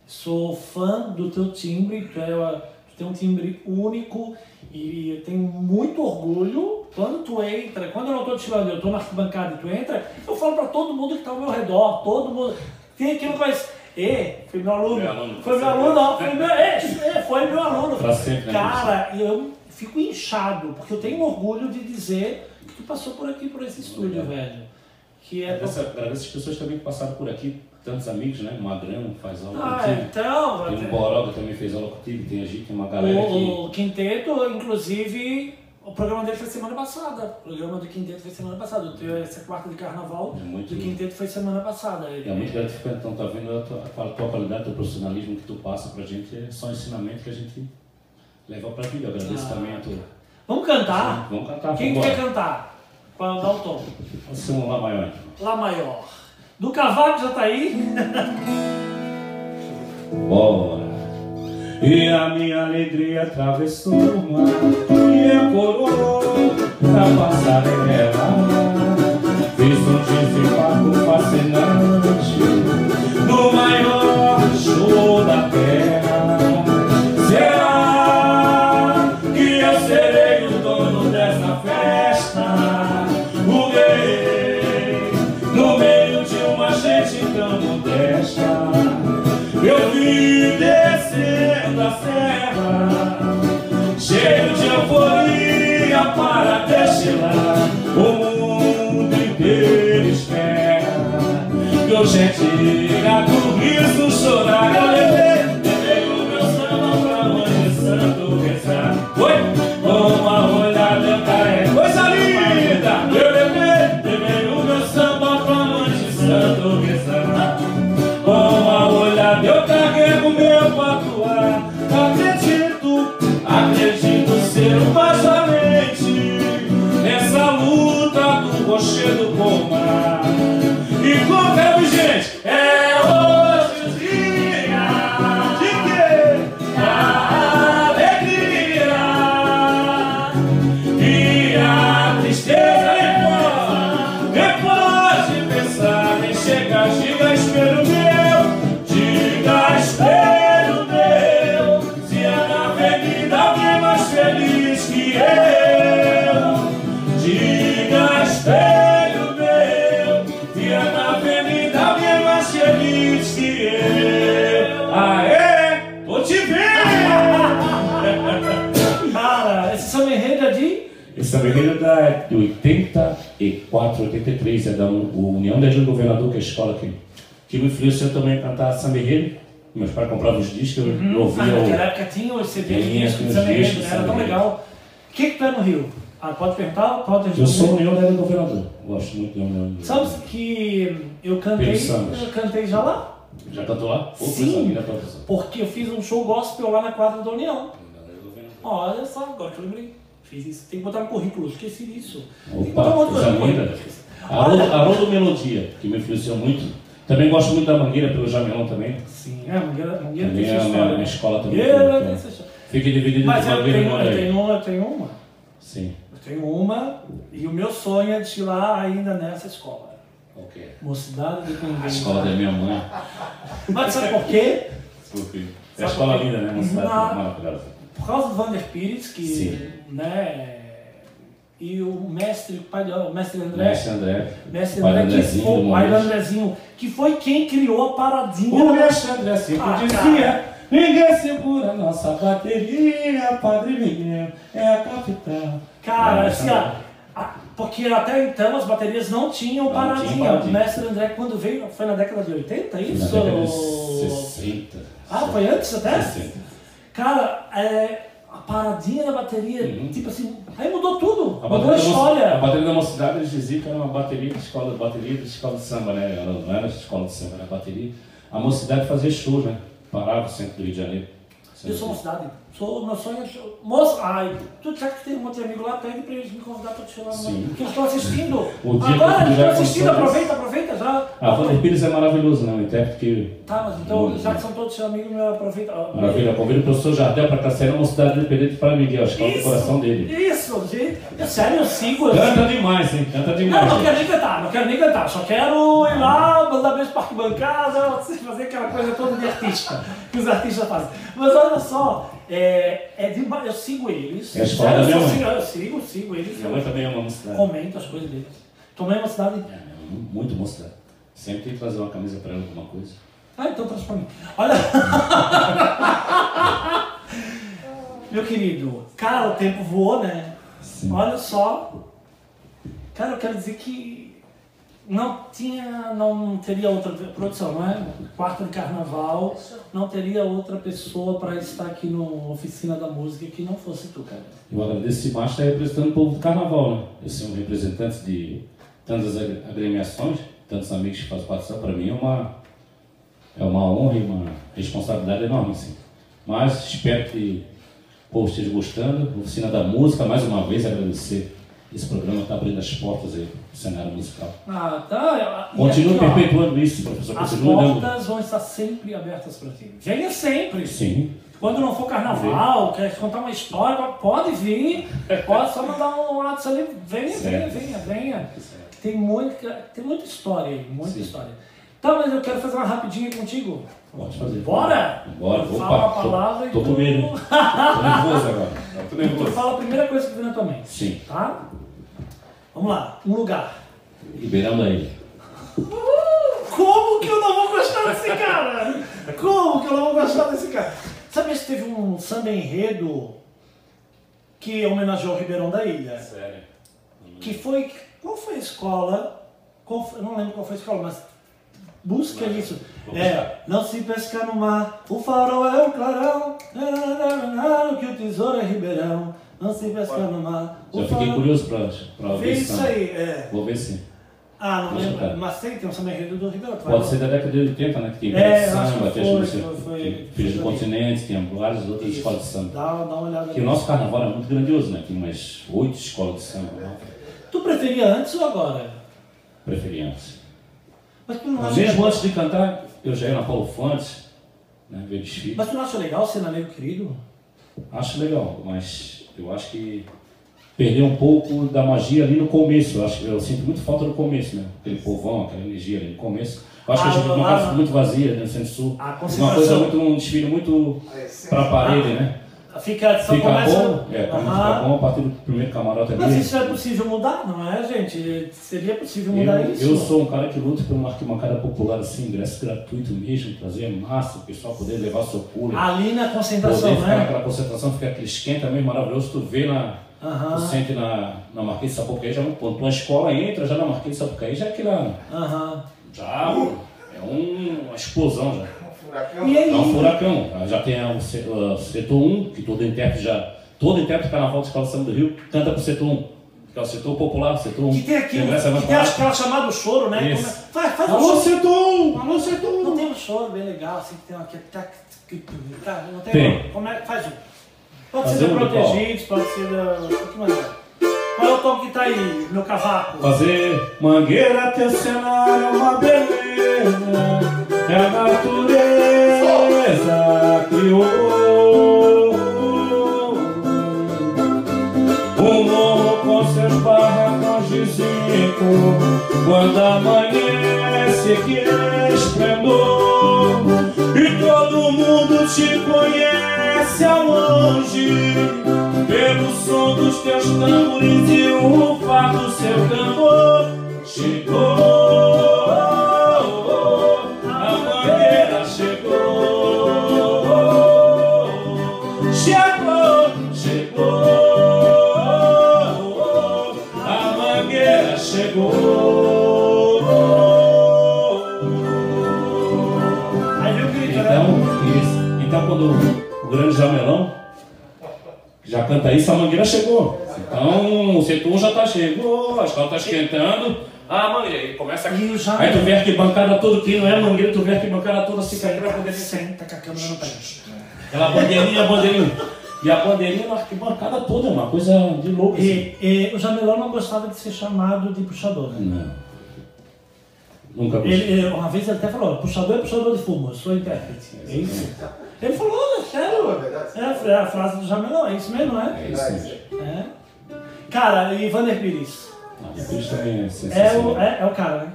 Speaker 2: Sou fã do teu timbre, tu, é, uma- tu tem um timbre único e eu tenho muito orgulho. Quando tu entra, quando eu não tô te chamando, eu tô na arquibancada e tu entra, eu falo pra todo mundo que tá ao meu redor, todo mundo. Tem quem não conhece. Ê, foi meu aluno.
Speaker 3: Meu aluno,
Speaker 2: foi meu
Speaker 3: com
Speaker 2: aluno, ó, foi meu, ê, ê, foi meu aluno.
Speaker 3: Pra sempre, né,
Speaker 2: Cara, eu fico inchado, porque eu tenho orgulho de dizer que tu passou por aqui, por esse estúdio,
Speaker 3: Obrigado.
Speaker 2: velho. Que é.
Speaker 3: Agradeço, agradeço as pessoas também que passaram por aqui, tantos amigos, né? Magrão faz aula
Speaker 2: Ah,
Speaker 3: contigo.
Speaker 2: então.
Speaker 3: Tem um o
Speaker 2: até-
Speaker 3: Boroga também fez aula contigo, tem a gente, tem uma galera
Speaker 2: O,
Speaker 3: que.
Speaker 2: o Quinteto, inclusive, o programa dele foi semana passada. O programa do Quinteto foi semana passada. O teu, essa quarta de carnaval
Speaker 3: É muito
Speaker 2: do
Speaker 3: bom.
Speaker 2: Quinteto foi semana passada.
Speaker 3: É muito gratificante, então tá vendo a tua, a tua qualidade, teu profissionalismo que tu passa pra gente, é só um ensinamento que a gente leva pra vida. Eu agradeço
Speaker 2: Ah.
Speaker 3: também a tua.
Speaker 2: Vamos cantar?
Speaker 3: Vamos cantar,
Speaker 2: Quem
Speaker 3: vambora.
Speaker 2: quer cantar? Qual dá o tom?
Speaker 3: Vamos simular maior. então.
Speaker 2: Lá maior. Do cavalo já tá aí?
Speaker 3: Bora! E a minha alegria atravessou o mar E a coroa da passarela Fiz um desembarco fascinante No maior show da terra Será que eu serei o dono dessa festa? O rei no meio de uma gente tão modesta eu vim descendo a serra, cheio de euforia para destilar. O mundo inteiro espera que hoje é dia do riso chorar. Eu levei, levei o meu samba pra onde santo rezar. Oi, com uma olhada é coisa linda. Eu levei, levei o meu samba pra onde santo rezar. Com a olhada eu carrego meu patuá Acredito, acredito ser um mais valente Nessa luta do rochedo com o mar E contamos, gente, é hoje o dia De quê? Da alegria e a tristeza depois, depois de pensar em chegar, diga espelho meu, diga espelho meu, se há na avenida alguém mais feliz que eu, diga espelho meu, se há na avenida alguém mais feliz que eu, aê, tô te vendo!
Speaker 2: Cara, esse samba enredo é de.
Speaker 3: Essa vermelha da tá de 84, 83, é da U- o União da Ajuda do Governador, que é a escola que, que me influenciou também a cantar Samba Enredo. Meus pais compravam os discos, eu
Speaker 2: Ah,
Speaker 3: ouvia
Speaker 2: naquela
Speaker 3: o...
Speaker 2: época tinha os CDs
Speaker 3: Tinha,
Speaker 2: discos de
Speaker 3: tinha os
Speaker 2: samba enredo,
Speaker 3: discos
Speaker 2: né?
Speaker 3: de
Speaker 2: Era tão
Speaker 3: samba enredo.
Speaker 2: legal. O que que tá no Rio? Ah, pode perguntar? Pode
Speaker 3: Eu
Speaker 2: responder.
Speaker 3: sou o União da Ajuda do Governador, gosto muito da União do
Speaker 2: Sabe
Speaker 3: Governador.
Speaker 2: que eu cantei.
Speaker 3: Pelos sambas.
Speaker 2: Eu cantei já lá?
Speaker 3: Já cantou lá? Ô,
Speaker 2: Sim.
Speaker 3: coisa linda, professor.
Speaker 2: Porque eu fiz um show gospel lá na quadra da União.
Speaker 3: União da Ajuda do Governador.
Speaker 2: Olha só, agora que eu lembrei. Fiz isso. Tem que botar no currículo, esqueci disso. Tem que botar um
Speaker 3: Opa,
Speaker 2: outro
Speaker 3: coisa
Speaker 2: currículo.
Speaker 3: linda. Haroldo- Haroldo Melodia, que me influenciou muito. Também gosto muito da Mangueira, pelo Jamelão também.
Speaker 2: Sim, é, Mangueira, Mangueira tem
Speaker 3: Também
Speaker 2: essa
Speaker 3: é a minha,
Speaker 2: história.
Speaker 3: minha escola também.
Speaker 2: Mangueira tem essa história.
Speaker 3: Fica dividido
Speaker 2: Mas
Speaker 3: entre
Speaker 2: eu
Speaker 3: Mangueira e
Speaker 2: tenho, eu,
Speaker 3: Mangueira.
Speaker 2: tenho, uma- eu tenho uma.
Speaker 3: Sim.
Speaker 2: Eu tenho uma. E o meu sonho é de ir lá ainda nessa escola.
Speaker 3: Ok.
Speaker 2: Mocidade de
Speaker 3: A
Speaker 2: Convento.
Speaker 3: escola da minha mãe.
Speaker 2: Mas sabe por quê?
Speaker 3: É a escola linda, né? Uma cidade
Speaker 2: Não.
Speaker 3: maravilhosa.
Speaker 2: Por causa do Vander Pires, que.
Speaker 3: Sim.
Speaker 2: né? E o mestre, o pai dela, o mestre André.
Speaker 3: Mestre André.
Speaker 2: Mestre
Speaker 3: pai do
Speaker 2: André, que
Speaker 3: Andrezinho,
Speaker 2: foi,
Speaker 3: do
Speaker 2: o pai do
Speaker 3: Moreira.
Speaker 2: Andrezinho, que foi quem criou a paradinha.
Speaker 3: O mestre André sempre
Speaker 2: Ah,
Speaker 3: dizia: Ninguém segura nossa bateria, Padre Miguel é a capital.
Speaker 2: Cara,
Speaker 3: Não,
Speaker 2: assim,
Speaker 3: essa-
Speaker 2: ó, a- porque até então as baterias não tinham
Speaker 3: Não
Speaker 2: paradinha.
Speaker 3: tinha paradinha.
Speaker 2: O mestre André, quando veio, foi na década de 80
Speaker 3: Na
Speaker 2: isso?
Speaker 3: década de 60.
Speaker 2: Ah, foi antes até?
Speaker 3: 60.
Speaker 2: Cara, é, a paradinha da bateria,
Speaker 3: Uhum.
Speaker 2: tipo assim, aí mudou tudo,
Speaker 3: A
Speaker 2: mudou a
Speaker 3: bateria, da mocidade, a
Speaker 2: história.
Speaker 3: bateria da mocidade eles diziam que era uma bateria de escola, bateria de escola de samba, né? Ela não era de escola de samba, era bateria. A mocidade fazia show, né? Parava o centro do Rio de Janeiro.
Speaker 2: Eu
Speaker 3: É.
Speaker 2: sou um uma cidade, sou, meu sonho é. show- Moço, ai, tu já que tem um monte de amigo lá, pede pra eles me convidar pra te chamar,
Speaker 3: Sim.
Speaker 2: porque eu estou assistindo.
Speaker 3: O dia que eu
Speaker 2: Agora, eu
Speaker 3: tiver
Speaker 2: estou assistindo,
Speaker 3: condições-
Speaker 2: aproveita, aproveita já.
Speaker 3: Ah, Vander Pires é maravilhoso, né? Um intérprete que.
Speaker 2: Tá, mas então, já que são todos seus amigos, meu, aproveita. ó,
Speaker 3: Maravilha, convido o professor Jardel para estar tá saindo uma cidade independente para Miguel, acho que é o coração dele.
Speaker 2: Isso, gente. É Sério, eu sigo. Eu sigo.
Speaker 3: Canta demais, hein? Canta
Speaker 2: Não,
Speaker 3: demais.
Speaker 2: não
Speaker 3: gente.
Speaker 2: quero nem cantar, não quero nem cantar. Só quero ir lá, mandar beijo para arquibancada, vocês fazer aquela coisa toda de artista, que os artistas fazem. Mas olha só, é, é demais. Eu sigo eles.
Speaker 3: É a escola da
Speaker 2: Sério, eu,
Speaker 3: minha
Speaker 2: sigo, eu sigo, sigo eles.
Speaker 3: Minha
Speaker 2: Eu
Speaker 3: mãe também ama mocidade.
Speaker 2: comento as coisas deles. Tomei uma cidade.
Speaker 3: É, muito mocidade. Sempre tem que fazer uma camisa para ela, alguma coisa.
Speaker 2: Ah, então traz pra mim. Olha. Meu querido. Cara, o tempo voou, né?
Speaker 3: Sim.
Speaker 2: Olha só. Cara, eu quero dizer que não tinha, não teria outra produção, não é? Quarta de carnaval, não teria outra pessoa para estar aqui no Oficina da Música que não fosse tu, cara.
Speaker 3: Eu agradeço demais estar tá representando o povo do carnaval, né? Eu ser um representante de tantas agre- agremiações, tantos amigos que fazem participação, para mim é uma, é uma honra e uma responsabilidade enorme, assim. Mas espero que o povo esteja gostando. Oficina da Música, mais uma vez agradecer. Esse programa está abrindo as portas aí pro cenário musical.
Speaker 2: Ah, tá. e
Speaker 3: Continua
Speaker 2: aqui, ó,
Speaker 3: perpetuando isso, professor.
Speaker 2: As
Speaker 3: Continua dando.
Speaker 2: portas vão estar sempre abertas para ti. Venha sempre.
Speaker 3: Sim.
Speaker 2: Quando não for carnaval, quer contar uma história, pode vir. Pode só mandar um WhatsApp ali. Venha, venha,
Speaker 3: Certo.
Speaker 2: venha, venha. Tem muita, tem muita história aí, muita
Speaker 3: Sim.
Speaker 2: história. Tá, mas eu quero fazer uma rapidinha contigo.
Speaker 3: Pode fazer.
Speaker 2: Bora?
Speaker 3: Bora,
Speaker 2: Tu
Speaker 3: opa,
Speaker 2: Fala a
Speaker 3: tô-
Speaker 2: palavra
Speaker 3: tô
Speaker 2: e
Speaker 3: com medo.
Speaker 2: tu...
Speaker 3: Tô nervoso agora. Tô
Speaker 2: tu
Speaker 3: nervoso.
Speaker 2: fala a primeira coisa que vem na tua mente.
Speaker 3: Sim.
Speaker 2: Tá? Vamos lá, um lugar.
Speaker 3: Liberando aí.
Speaker 2: Como que eu não vou gostar desse cara? Como que eu não vou gostar desse cara? Sabe se teve um samba enredo que homenageou o Ribeirão da Ilha?
Speaker 3: Sério.
Speaker 2: Que foi. Qual foi a escola? Qual foi- eu não lembro qual foi a escola, mas. Busca isso.
Speaker 3: vou
Speaker 2: É, não se pesca no mar, o farol é o clarão, nananana, que o tesouro é Ribeirão. Não se pesca no mar, o
Speaker 3: Já fiquei
Speaker 2: farol.
Speaker 3: curioso pra,
Speaker 2: Vê
Speaker 3: pra ver esse
Speaker 2: isso
Speaker 3: samba.
Speaker 2: aí, é.
Speaker 3: Vou ver sim.
Speaker 2: Ah, não
Speaker 3: Deixa eu ver.
Speaker 2: lembro. Mas tem, tem um samba enredo do Ribeirão. tu vai
Speaker 3: Pode
Speaker 2: lá.
Speaker 3: ser da década de 80, né? Que tem
Speaker 2: É,
Speaker 3: Grande
Speaker 2: eu acho
Speaker 3: samba,
Speaker 2: que
Speaker 3: tem as
Speaker 2: foi,
Speaker 3: músicas-
Speaker 2: foi, foi.
Speaker 3: tem Filhos do
Speaker 2: Foi.
Speaker 3: Continente, tem várias outras escolas de samba.
Speaker 2: Dá, dá uma olhada
Speaker 3: Que o nosso carnaval é muito grandioso, né? Tem umas oito escolas de samba, né?
Speaker 2: Tu preferia antes ou agora?
Speaker 3: Preferia antes.
Speaker 2: Mas tu não acha,
Speaker 3: Mesmo antes de cantar, eu já ia na Paulo Fontes, né? Ver desfile.
Speaker 2: mas tu não acha legal ser na Nego Querido?
Speaker 3: Acho legal, mas eu acho que perdeu um pouco da magia ali no começo. Eu, acho, eu sinto muito falta do começo, né? Aquele povão, aquela energia ali no começo. Eu acho
Speaker 2: Ah,
Speaker 3: que a gente
Speaker 2: lá- Ah,
Speaker 3: uma casa
Speaker 2: lá-
Speaker 3: muito vazia né, no Centro-Sul.
Speaker 2: A
Speaker 3: uma
Speaker 2: concentração.
Speaker 3: coisa muito, um desfile muito pra parede,
Speaker 2: Ah,
Speaker 3: né?
Speaker 2: Fica, só
Speaker 3: Fica
Speaker 2: começa...
Speaker 3: bom, é, quando
Speaker 2: Aham.
Speaker 3: fica bom a partir do primeiro camarote ali.
Speaker 2: Mas isso é possível mudar, não é, gente? Seria possível mudar
Speaker 3: eu,
Speaker 2: isso?
Speaker 3: eu sou um cara que luta por uma arquibancada popular assim, ingresso gratuito mesmo, trazer massa, o pessoal poder levar seu pulo.
Speaker 2: Ali na
Speaker 3: Poder
Speaker 2: concentração,
Speaker 3: ficar
Speaker 2: Ah, né?
Speaker 3: naquela concentração, fica aquele esquenta mesmo maravilhoso, tu vê na,
Speaker 2: Aham.
Speaker 3: tu sente na, na Marquês de Sapucaí, já é um ponto. Uma escola entra já na Marquês de Sapucaí, já é aquela,
Speaker 2: Aham.
Speaker 3: já é um- uma explosão já.
Speaker 2: E
Speaker 3: É um
Speaker 2: aí?
Speaker 3: furacão, já tem ah, o se- o setor 1, que todo intérprete já, todo intérprete do Carnaval de Escola de Samba do Rio canta pro setor 1, que é o setor popular, setor 1.
Speaker 2: Que tem aqui, um
Speaker 3: Ingresso é mais
Speaker 2: que tem
Speaker 3: barato.
Speaker 2: aquela chamada choro, né?
Speaker 3: Isso.
Speaker 2: Como é- Faz, faz um
Speaker 3: Alô,
Speaker 2: choro.
Speaker 3: setor 1! Alô, setor 1!
Speaker 2: Não tem um choro bem legal, assim, que tem uma... que- tá- que- que- tá, Não tem,
Speaker 3: Tem.
Speaker 2: Como é que faz um? Pode
Speaker 3: Fazer
Speaker 2: ser da
Speaker 3: um de qual?
Speaker 2: Protegidos, pode ser da... O que mais é? Qual é o tom que tá aí, meu cavaco?
Speaker 3: Fazer mangueira teu cenário é uma beleza, é a natureza criou. Um morro com seus barracões de zinco, quando amanhece que esplendor, e todo mundo te conhece ao longe. Pelo som dos teus tambores e o rufar do seu tambor Chegou A bandeira chegou Chegou, chegou A mangueira chegou
Speaker 2: Aí viu o grito,
Speaker 3: então,
Speaker 2: né?
Speaker 3: isso. Então, quando o grande jamelão já canta isso, a mangueira chegou. Então, o setor já tá chegou, a escola tá esquentando. Ah, mangueira, aí começa aqui.
Speaker 2: E o Jamelão?
Speaker 3: Aí tu vê que bancada toda, que não é mangueira, tu vê que bancada toda se cair pra poder se
Speaker 2: Senta com a câmera tá no pé.
Speaker 3: Aquela bandeirinha, a bandeirinha. E a bandeirinha na arquibancada toda, é uma coisa de louco. assim.
Speaker 2: E, e o Jamelão não gostava de ser chamado de puxador, né?
Speaker 3: Não. Nunca gostei.
Speaker 2: Ele, ele- uma vez ele até falou, puxador é puxador de fumo, eu sou intérprete. É isso? Ele falou, sério. É a, fra- a frase do Jamelão, é isso mesmo, né?
Speaker 3: É isso. mesmo.
Speaker 2: É. Cara, e Vander Pires?
Speaker 3: Ah, isso também é
Speaker 2: É
Speaker 3: sensacional.
Speaker 2: o, é, é o cara, né?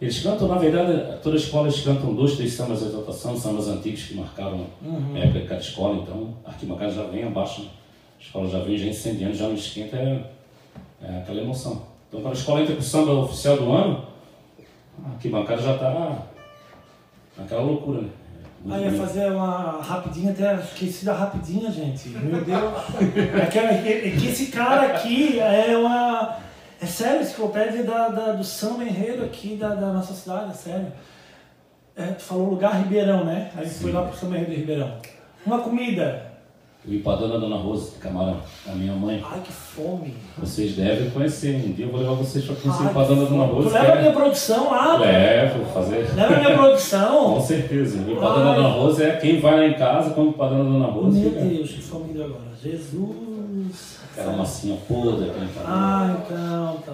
Speaker 3: Eles cantam, na verdade, toda escola eles cantam dois, três sambas de exaltação, sambas antigos que marcaram
Speaker 2: Uhum.
Speaker 3: a época de cada escola, então a arquibancada já vem abaixo, né? a escola já vem já incendiando, já não esquenta, é, é aquela emoção. Então quando a escola entra com o samba oficial do ano, a arquibancada já está naquela tá loucura, né?
Speaker 2: Ah, ia fazer uma rapidinha, até esqueci da rapidinha, gente. Meu Deus. É que, é que esse cara aqui é uma. É sério, enciclopédia da, da, do samba enredo aqui da, da nossa cidade, é sério. É, tu falou lugar Ribeirão, né? Aí foi lá pro samba enredo de Ribeirão. Uma comida.
Speaker 3: O empadão da Dona Rosa de camarão, da minha mãe.
Speaker 2: Ai, que fome.
Speaker 3: Vocês devem conhecer. Um dia eu vou levar vocês para conhecer o
Speaker 2: Ai,
Speaker 3: empadão da
Speaker 2: que
Speaker 3: Dona
Speaker 2: fome.
Speaker 3: Rosa.
Speaker 2: Tu leva a
Speaker 3: que
Speaker 2: minha
Speaker 3: é-
Speaker 2: produção lá,
Speaker 3: Levo, vou fazer.
Speaker 2: leva a minha
Speaker 3: Com
Speaker 2: produção.
Speaker 3: certeza. O empadão da
Speaker 2: Ai.
Speaker 3: Dona Rosa é quem vai lá em casa, quando o empadão da Dona Rosa
Speaker 2: Meu
Speaker 3: fica.
Speaker 2: Deus, que fome deu agora. Jesus.
Speaker 3: Aquela massinha podre, aquele empadão.
Speaker 2: Ah, então tá.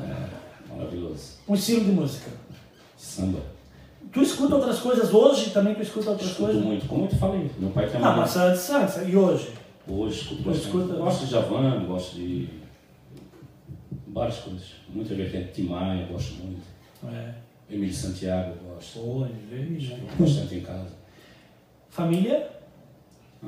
Speaker 3: Maravilhoso.
Speaker 2: Um estilo de música.
Speaker 3: Samba.
Speaker 2: Tu escuta outras coisas hoje também? Tu escuta outras
Speaker 3: Escuto
Speaker 2: coisas?
Speaker 3: muito. Como eu te falei, meu pai tem uma.
Speaker 2: Não, Ah, mas antes, antes. E hoje?
Speaker 3: Hoje escuto bastante.
Speaker 2: escuta?
Speaker 3: Gosto de Javan, gosto de. várias coisas. Muito vertente. Tim Maia, gosto muito.
Speaker 2: É.
Speaker 3: Emílio Santiago, eu gosto.
Speaker 2: Hoje.
Speaker 3: Escuto Bastante em casa.
Speaker 2: Família?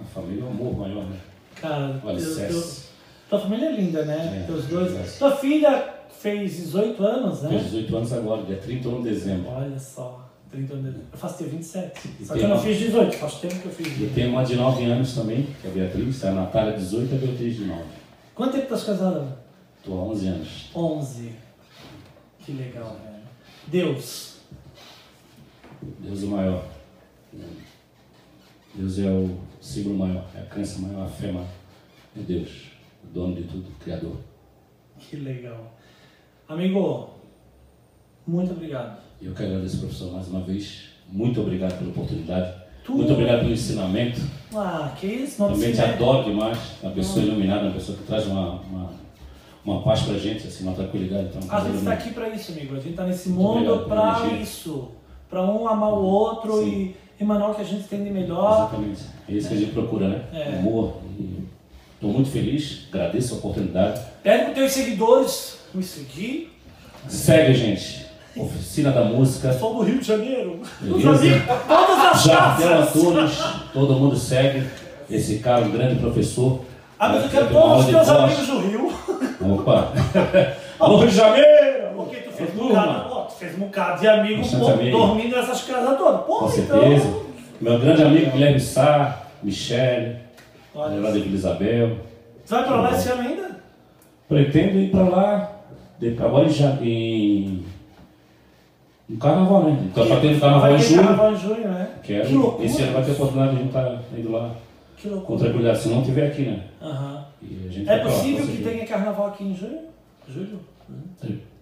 Speaker 3: A família é um amor maior, né?
Speaker 2: Cara,
Speaker 3: O alicerce.
Speaker 2: tua família é linda, né?
Speaker 3: É,
Speaker 2: Teus dois.
Speaker 3: alicerce.
Speaker 2: Tua filha fez 18 anos, né?
Speaker 3: Tenho 18 anos agora, dia 31 de dezembro.
Speaker 2: Olha só. 30 anos. Eu faço ter 27.
Speaker 3: E
Speaker 2: Só
Speaker 3: tem
Speaker 2: que eu não
Speaker 3: uma-
Speaker 2: fiz 18. Faz tempo que eu fiz
Speaker 3: Eu
Speaker 2: 18.
Speaker 3: tenho uma de 9 anos também, que é a Beatriz, a Natália 18 e a Beatriz de 9.
Speaker 2: Quanto tempo tu estás casada?
Speaker 3: Estou há 11 anos.
Speaker 2: 11. Que legal, velho. Deus.
Speaker 3: Deus é o maior. Deus é o símbolo maior, é a crença maior, a fé maior. É Deus, o dono de tudo, o Criador.
Speaker 2: Que legal. Amigo, muito obrigado.
Speaker 3: E eu quero agradecer, professor, mais uma vez. Muito obrigado pela oportunidade.
Speaker 2: Tu-
Speaker 3: Muito obrigado pelo ensinamento.
Speaker 2: Ah, que isso? Não
Speaker 3: Também te
Speaker 2: precisa-
Speaker 3: adoro demais. Uma pessoa iluminada, uma pessoa que traz uma, uma, uma paz pra gente, assim, uma tranquilidade. Então,
Speaker 2: A gente
Speaker 3: muito
Speaker 2: está aqui para isso, amigo. A gente está nesse
Speaker 3: Muito
Speaker 2: mundo
Speaker 3: obrigado pela
Speaker 2: para
Speaker 3: energia.
Speaker 2: isso. Para um amar o outro
Speaker 3: Sim.
Speaker 2: e emanar o que a gente tem de melhor.
Speaker 3: Exatamente. É isso que a gente procura, né?
Speaker 2: É.
Speaker 3: Amor. Estou muito feliz, agradeço a oportunidade.
Speaker 2: Pede para teus seguidores me seguir.
Speaker 3: Segue, gente. Oficina da Música.
Speaker 2: Sou do Rio de Janeiro.
Speaker 3: Beleza.
Speaker 2: Os amigos, todas as
Speaker 3: Jardel
Speaker 2: taças.
Speaker 3: Antunes. Todo mundo segue. Esse cara, um grande professor.
Speaker 2: Ah, mas eu quero
Speaker 3: Teve É, uma aula
Speaker 2: todos os
Speaker 3: de
Speaker 2: teus
Speaker 3: voz.
Speaker 2: amigos do Rio.
Speaker 3: Opa! Alô, Rio de Janeiro!
Speaker 2: Porque tu fez um
Speaker 3: Turma.
Speaker 2: bocado, pô, tu fez um bocado de amigo,
Speaker 3: Bastante
Speaker 2: pô,
Speaker 3: amigo.
Speaker 2: dormindo nessas casas todas. Pô,
Speaker 3: Com certeza.
Speaker 2: então.
Speaker 3: Meu grande amigo Guilherme Sá, Michele,
Speaker 2: Olha,
Speaker 3: lá de Vila Isabel.
Speaker 2: tu vai
Speaker 3: Tá
Speaker 2: para lá esse ano ainda?
Speaker 3: Pretendo ir pra lá, de- agora em, ja- em. no carnaval, né? Então tá tendo carnaval
Speaker 2: vai
Speaker 3: em
Speaker 2: ter
Speaker 3: julho.
Speaker 2: carnaval em julho, né?
Speaker 3: Quero.
Speaker 2: Que loucura.
Speaker 3: Esse ano vai ter a oportunidade de a gente estar indo lá
Speaker 2: Que
Speaker 3: com
Speaker 2: loucura.
Speaker 3: tranquilidade, se não tiver aqui, né?
Speaker 2: Aham.
Speaker 3: E a gente
Speaker 2: É
Speaker 3: vai pra lá,
Speaker 2: possível
Speaker 3: com
Speaker 2: que
Speaker 3: certeza.
Speaker 2: tenha carnaval aqui em julho? Julho?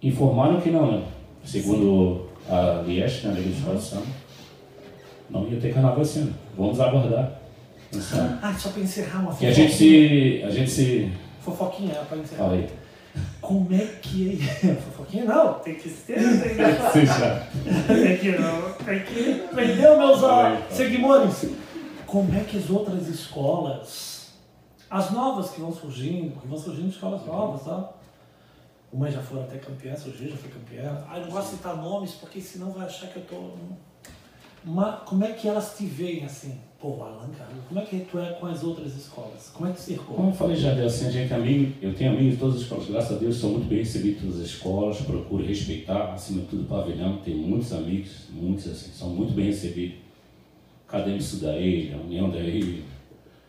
Speaker 3: Informaram que não, né? Segundo a Lieste, né? Liga de Produção, não ia ter carnaval esse ano. Vamos aguardar. esse ano.
Speaker 2: Ah, só pra encerrar uma
Speaker 3: E a gente se. A gente se.
Speaker 2: Fofoquinha, é pra encerrar.
Speaker 3: Fala aí.
Speaker 2: Como é que é? Fofoquinha não, tem que ser, tem que
Speaker 3: Sim, já.
Speaker 2: tem que, tem que prender os meus
Speaker 3: Fala
Speaker 2: ah,
Speaker 3: aí, tá. fala.
Speaker 2: seguidores. Como é que as outras escolas, as novas que vão surgindo, porque vão surgindo
Speaker 3: Uhum.
Speaker 2: escolas novas, tá? Uma já foram até campeã, surgiu, já foi campeã. Ah, eu não gosto de citar nomes, porque senão vai achar que eu tô. Mas como é que elas te veem assim? Pô, Alan, cara, como é que tu é com as outras escolas? Como é que tu circula?
Speaker 3: Como eu falei já, assim, a gente é amigo, eu tenho amigos de todas as escolas, graças a Deus, sou muito bem recebido em todas as escolas, procuro respeitar, acima de tudo, o pavilhão, tenho muitos amigos, muitos assim, são muito bem recebidos. Acadêmico da Ilha, União da Ilha,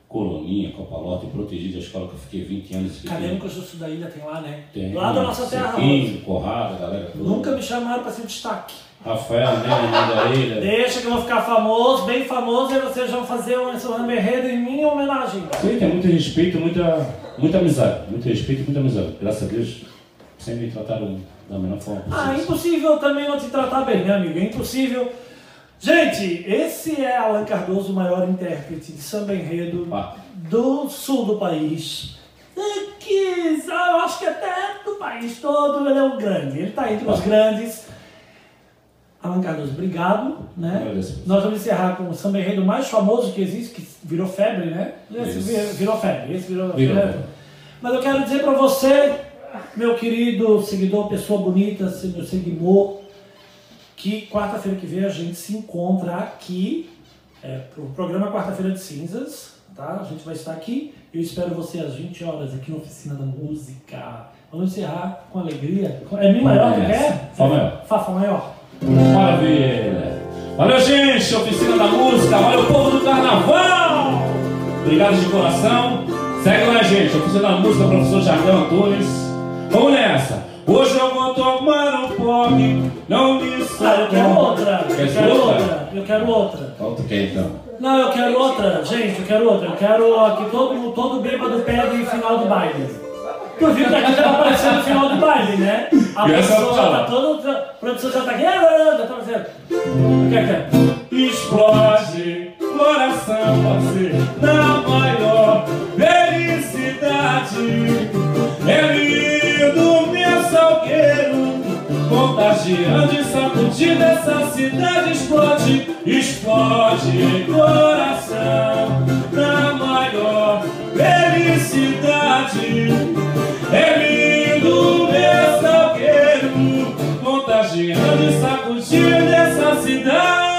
Speaker 3: Coroninha, Copalota, eu protegi da escola que eu fiquei 20 anos. que
Speaker 2: Acadêmicos Justo da Ilha tem lá, né?
Speaker 3: tem-
Speaker 2: lá da
Speaker 3: tem
Speaker 2: nossa terra. Rose.
Speaker 3: Sequinho, Corrada, galera toda.
Speaker 2: Nunca me chamaram pra ser destaque.
Speaker 3: Rafael, né, União da Ilha.
Speaker 2: Deixa que eu vou ficar famoso, bem famoso, e vocês vão fazer um Ensorrando Enredo em minha homenagem.
Speaker 3: Sim, tem muito respeito, muita, muita amizade, muito respeito e muita amizade. Graças a Deus, sempre me trataram da melhor forma possível.
Speaker 2: Ah, impossível também não te tratar bem, né, amigo? É impossível. Gente, esse é Alan Cardoso, o maior intérprete de samba enredo
Speaker 3: Ah.
Speaker 2: do sul do país. E Que ah, eu acho que até do país todo ele é um grande. Ele está entre os
Speaker 3: Ah.
Speaker 2: grandes. Alan Cardoso, obrigado. Né?
Speaker 3: Agradeço.
Speaker 2: Nós vamos encerrar com o samba enredo mais famoso que existe, que virou febre, né? Esse
Speaker 3: Isso.
Speaker 2: vi- virou febre. Esse virou,
Speaker 3: Virou
Speaker 2: febre.
Speaker 3: febre.
Speaker 2: Mas eu quero dizer para você, meu querido seguidor, pessoa bonita, se- meu seguidor, que quarta-feira que vem a gente se encontra aqui é, pro programa Quarta-feira de Cinzas, tá? A gente vai estar aqui. Eu espero você às 20 horas aqui na Oficina da Música. Vamos encerrar com alegria. É Mi maior do que é?
Speaker 3: Fá maior.
Speaker 2: Fá, Fá maior.
Speaker 3: Maravilha! Valeu, gente, oficina da música. Valeu, povo do carnaval. Obrigado de coração. Segue lá, gente, oficina da música, professor Jardão Antunes. Vamos nessa. Hoje eu vou tomar um pog, não me
Speaker 2: Ah, eu
Speaker 3: sabe.
Speaker 2: quero outra.
Speaker 3: Quer
Speaker 2: Eu quero
Speaker 3: outra?
Speaker 2: outra. Eu quero outra.
Speaker 3: Falta quem então?
Speaker 2: Não, eu quero outra. Gente, eu quero outra. Eu quero ó, que todo, todo bêbado pegue o final do baile. Tu viu que aqui tá aparecendo o final do baile, né? A
Speaker 3: E essa é
Speaker 2: pessoa já
Speaker 3: fala?
Speaker 2: tá toda. A produção já tá aqui. Ah, já tá fazendo. O que é que é?
Speaker 3: Explode, coração pode ser na maior felicidade. É lindo, meu salgueiro, contagiando e sacudindo essa cidade. Explode, explode, coração na maior felicidade. É lindo, meu salgueiro, contagiando e sacudindo essa cidade.